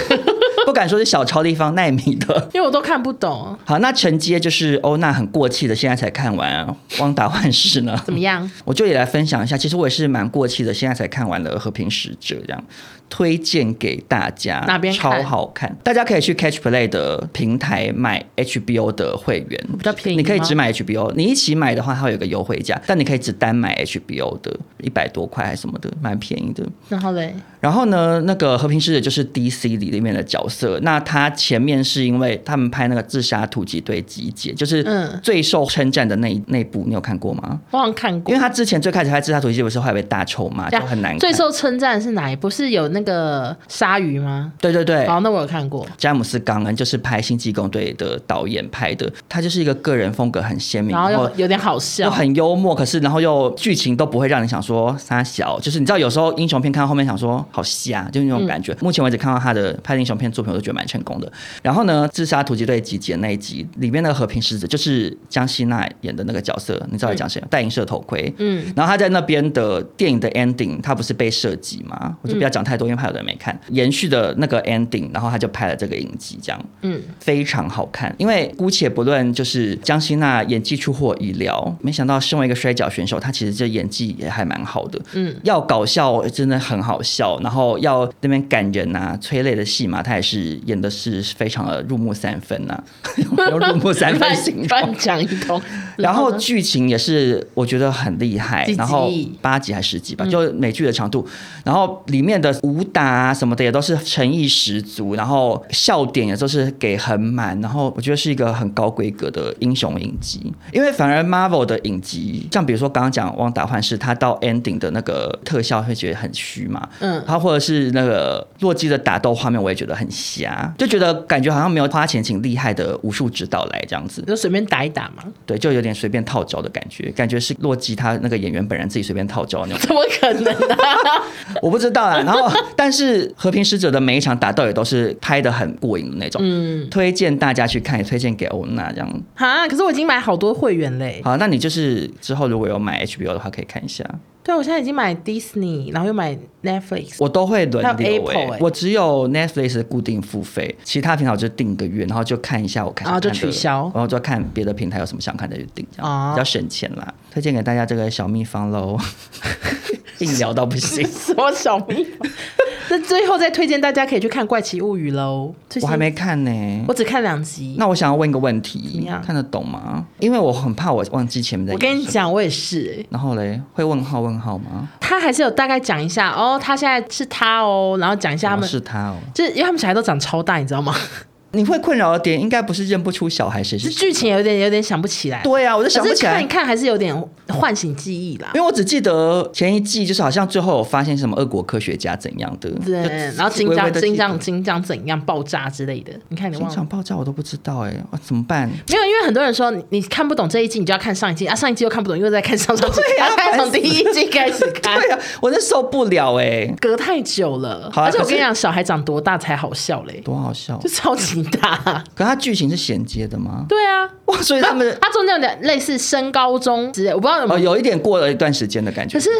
S2: 不敢说是小超立方，奈米的。
S1: 因为我都看不懂，
S2: 好，那承接就是欧娜很过气的，现在才看完、啊《汪达幻视》呢。
S1: 怎么样？
S2: 我就也来分享一下，其实我也是蛮过气的，现在才看完了《和平使者》，这样推荐给大家，
S1: 哪边看
S2: 超好看？大家可以去 Catch Play 的平台买 HBO 的会员，
S1: 比较便宜
S2: 你可以
S1: 吗
S2: 只买 HBO，你一起买的话，它会有个优惠价，但你可以只单买 HBO 的，一百多块还是什么的，蛮便宜的。
S1: 然后嘞，
S2: 然后呢，那个和平使者就是 DC 里面的角色。那他前面是因为他们拍那个自杀突击队集结，就是
S1: 嗯
S2: 最受称赞的那一那一部，你有看过吗？
S1: 我好像看
S2: 因
S1: 过
S2: 为。他之前最开始拍自杀突击队不是后来被大臭骂，就很难看。
S1: 最受称赞的是哪一部？是有那个鲨鱼吗？
S2: 对对对，
S1: 好，那我有看过。
S2: 詹姆斯·冈恩就是拍《星际攻队》的导演拍的，他就是一个个人风格很鲜明，
S1: 然后
S2: 然后
S1: 又有点好
S2: 又
S1: 笑，
S2: 很幽默，可是然后又剧情都不会让你想说他小，就是你知道有时候英雄片看到后面想说好瞎，就是那种感觉。
S1: 嗯
S2: 目前为止看到他的拍的英雄片作品，我都觉得蛮成功的。然后呢，《自杀突击队》集结那一集里面的和平使者就是江西娜演的那个角色，你知道在讲谁吗？戴银色头盔，
S1: 嗯，
S2: 然后他在那边的电影的 ending，他不是被射击吗？我就不要讲太多，因为怕有人没看。延续的那个 ending，然后他就拍了这个影集，这样，
S1: 嗯，
S2: 非常好看。因为姑且不论，就是江西娜演技出乎我意料，没想到身为一个摔跤选手，她其实这演技也还蛮好的。
S1: 嗯，
S2: 要搞笑真的很好笑，然后要那边感人啊、催泪的戏嘛，她也是演的是非常的入木三分 呐、啊， 用入木三分
S1: 乱
S2: 形容。
S1: 乱讲一通。
S2: 然后
S1: 呢
S2: 剧情也是我觉得很厉害
S1: 几，集嗯
S2: 然后八集还是十集吧，就美剧的长度。然后里面的武打啊什么的也都是诚意十足，然后笑点也都是给很满，然后我觉得是一个很高规格的英雄影集。因为反而 Marvel 的影集，像比如说刚刚讲《汪达幻视》，它到 ending 的那个特效会觉得很虚嘛，
S1: 嗯
S2: 它或者是那个洛基的打斗画面，我也觉得很瞎，就觉得感觉好像没有花钱请厉害的武术指导来这样子
S1: 你。就随便打一打嘛？
S2: 对，就有点随便套招的感觉，感觉是洛基他那个演员本人自己随便套招那种，
S1: 怎么可能呢、
S2: 我不知道啊啦。然后，但是和平使者的每一场打斗也都是拍的很过瘾的那种，
S1: 嗯，
S2: 推荐大家去看，也推荐给欧娜这样。
S1: 哈，可是我已经买好多会员嘞。
S2: 好，那你就是之后如果有买 HBO 的话，可以看一下，
S1: 对啊，我现在已经买 Disney，然后又买 Netflix。
S2: 我都会轮
S1: 还有
S2: 流、
S1: Apple
S2: 欸
S1: 欸
S2: 我只有 Netflix 的固定付费，其他平台我就定一个月，然后就看一下我看，
S1: 然后哦就
S2: 想看的
S1: 取消
S2: 然后就看别的平台有什么想看的就定，这样、
S1: 哦
S2: 比较省钱啦。推荐给大家这个小秘方喽， 硬聊到不行。
S1: 什么小秘方？ 那最后再推荐大家可以去看《怪奇物语》喽。最
S2: 我
S1: 新
S2: 还，没看呢、
S1: 我只看两集。
S2: 那我想要问一个问
S1: 怎么
S2: 题
S1: 样，
S2: 看得懂吗？因为我很怕我忘记前面在。
S1: 我跟你。讲，我也是、欸，
S2: 然后嘞，会问号问号吗？
S1: 他还是有大概讲一下哦，他现在是他哦，然后讲一下他们
S2: 哦，是他哦。
S1: 就是因为他们小孩都长超大，你知道吗？
S2: 你会困扰的点应该不是认不出小孩谁。
S1: 就是剧情有点有点想不起来，
S2: 对啊，我就想不
S1: 可是
S2: 起
S1: 看
S2: 来
S1: 一，看还是有点唤醒记忆啦。
S2: 因为我只记得前一季就是好像最后有发现什么俄国科学家怎样的，
S1: 对
S2: 就，
S1: 然后金
S2: 微
S1: 章
S2: 微地记
S1: 金
S2: 得
S1: 章金章怎样爆炸之类的，你看你
S2: 经
S1: 忘
S2: 常
S1: 了。
S2: 爆炸我都不知道哎、哇怎么办？
S1: 没有，因为很多人说你你看不懂这一季，你就要看上一季啊，上一季又看不懂，又在看上上季，
S2: 对啊
S1: 然后再
S2: 烦
S1: 从
S2: 死
S1: 第一季开始看，
S2: 对啊，我真受不了哎、
S1: 隔太久了。
S2: 好啊
S1: 而且我
S2: 可是
S1: 跟你讲，小孩长多大才好笑嘞，
S2: 多好笑
S1: 就！超级大。
S2: 可它剧情是衔接的吗？
S1: 对啊，
S2: 哇，所以他 们
S1: 他中间有点类似升高中之类，我不知道有没
S2: 哦
S1: 有，
S2: 有一点过了一段时间的感觉，
S1: 可是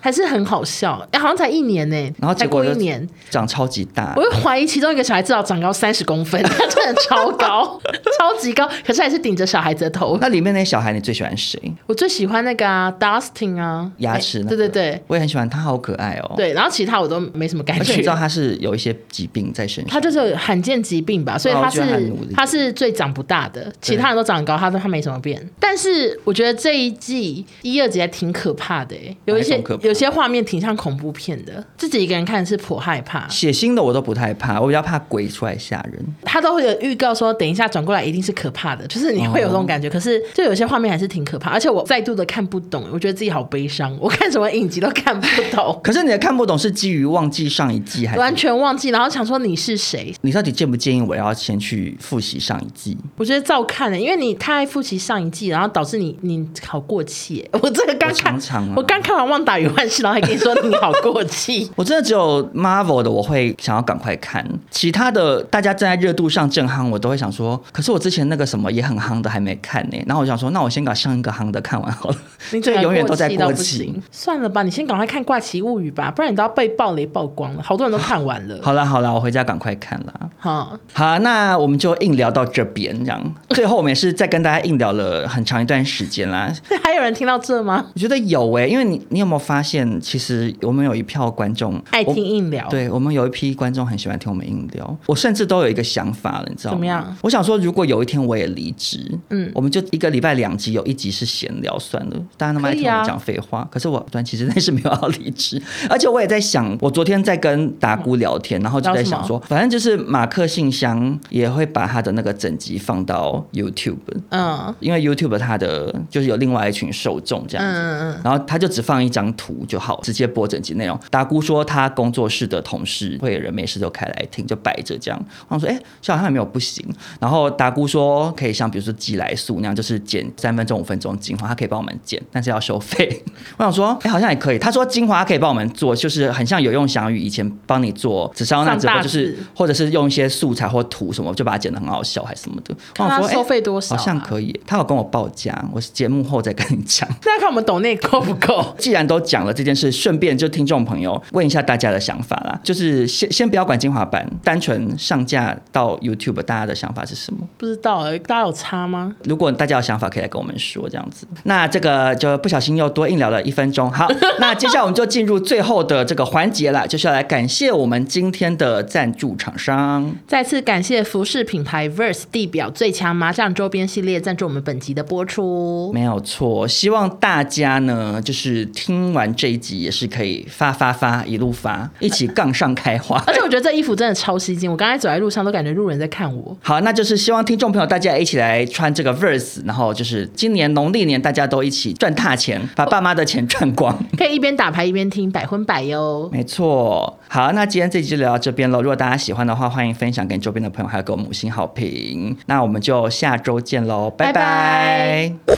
S1: 还是很好笑。哎、好像才一年呢、
S2: 然后
S1: 才
S2: 结果
S1: 过
S2: 就
S1: 一年，
S2: 长超级大
S1: 我，又怀疑其中一个小孩至少长高三十公分，他真的超高，超级高，可是还是顶着小孩子的头。
S2: 那里面那些小孩，你最喜欢谁？
S1: 我最喜欢那个啊，Dustin 啊，
S2: 牙齿、
S1: 哎
S2: 那
S1: 对
S2: 个
S1: 对对，
S2: 我也很喜欢他，好可爱哦。，
S1: 对，然后其他我都没什么感
S2: 而且你
S1: 觉
S2: 知。道他是有一些疾病在身上
S1: 他，就是有罕见疾病吧，所以
S2: 哦
S1: 他
S2: 我觉
S1: 是
S2: 得他很努力
S1: 他是最长不大的，其他人都长很高，他都他没什么变。但是我觉得这一季一二集还挺可怕的、欸，有一
S2: 哪一
S1: 些
S2: 种可怕
S1: 有些画面挺像恐怖片的，自己一个人看是颇害怕。
S2: 血腥的我都不太怕，我比较怕鬼出来吓人。，
S1: 他都会有预告说，等一下转过来一定是可怕的，就是你会有这种感觉。可是就有些画面还是挺可怕，而且我再度的看不懂，我觉得自己好悲伤，我看什么影集都看不懂
S2: 可是你的看不懂是基于忘记上一季还
S1: 完
S2: 是？
S1: 全忘记，然后想说你是谁，
S2: 你到底建不建议我要先去复习上一季？
S1: 我觉得照看了、因为为你太爱复习上一季，然后导致你你好过气耶。 我这个刚看，
S2: 我常常啊
S1: 我刚看完《旺达与幻视》，然后还跟你说你好过
S2: 。
S1: 气
S2: 我真的只有 Marvel 的我会想要赶快看，其他的大家站在热度上正夯，我都会想说，可是我之前那个什么也很夯的还没看呢、然后我想说，那我先把上一个夯的看完好了。
S1: 你
S2: 这
S1: 整个
S2: 永远都在
S1: 过气到
S2: 过
S1: 不
S2: 期
S1: 行。。算了吧，你先赶快看《怪奇物语》吧，不然你都要被暴雷曝光了。好多人都看完了。
S2: 好啦好啦，我回家赶快看啦。
S1: 好，
S2: 好，那我们就硬聊到这边，这样最后我们也是再跟大家硬聊了很长一段时间啦。
S1: 还有人听到这吗？
S2: 我觉得有诶、因为你你有没有发现，其实我们有一票观众
S1: 爱听
S2: 我
S1: 硬聊。
S2: 对我们有一批观众很喜欢听我们硬聊，我甚至都有一个想法了，你知道吗？
S1: 怎么样？
S2: 我想说，如果有一天我也离职，嗯
S1: 嗯，
S2: 我们就一个礼拜两集，有一集是闲聊算了，大家那么爱
S1: 可以
S2: 听我
S1: 啊
S2: 们讲废话。可是我短期之内是没有要离职， 而且我也在想，我昨天在跟达姑聊天，
S1: 嗯
S2: 然后就在想说，反正就是马克信箱也会把他的那个整集放到 YouTube，
S1: 嗯
S2: 因为 YouTube 它的就是有另外一群受众这样子，
S1: 嗯嗯，
S2: 然后他就只放一张图就好，直接播整集内容。达姑说他工作室的同事会有人没事就开来听，就摆着这样。我想说，哎、这好像也没有不行。然后达姑说可以像比如说寄来素那样，就是剪三分钟、五分钟精华，他可以帮我们剪，但是要收费。 我想说，哎、好像也可以。他说精华可以帮我们做，就是很像有用翔宇以前帮你做紫砂那直播，
S1: 放大
S2: 就是
S1: 字
S2: 或者是用一些素材或图什么，就把它剪得很好笑还是什么的。我
S1: 看
S2: 想
S1: 他
S2: 说，哎、
S1: 收费多少
S2: 好
S1: 啊？
S2: 像可以。他有跟我报价，我节目后再跟你讲。
S1: 那看我们抖内够不够？
S2: 既然都讲了这件事，顺便就听众朋友问一下大家的想法啦，就是先先不要管精华版，单纯上架到 YouTube，大家的想法是什么？
S1: 不知道哎、大家有差吗？
S2: 如果大家有想法，可以来跟我们说这样子。那这个就不小心又多硬聊了一分钟。好， 那接下来我们就进入最后的这个环节啦，就是要来感谢我们今天的赞助厂商。
S1: 再次感谢服饰品牌 Verse 地表最强麻将周边系列赞助我们本集的播出。
S2: 没有错，希望大家呢，就是听完这一集也是可以发发发，一路发，一起杠上开花。
S1: 而且我觉得这衣服真的超吸睛，我刚才走在路上都感觉路人在看我。
S2: 好，那就是希望听众朋友大家一起来穿这个 Verse，然后就是今年农历年大家都一起赚大钱，把爸妈的钱赚光。
S1: 可以一边打牌一边听，百分百哟。
S2: 没错，好，那今天这集就聊到这边了。如果大家喜欢的话，欢迎分享给周边的朋友，还有给我们五星好评。那我们就下周见喽，
S1: 拜
S2: 拜拜
S1: 拜！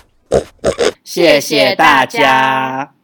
S3: 谢谢大家。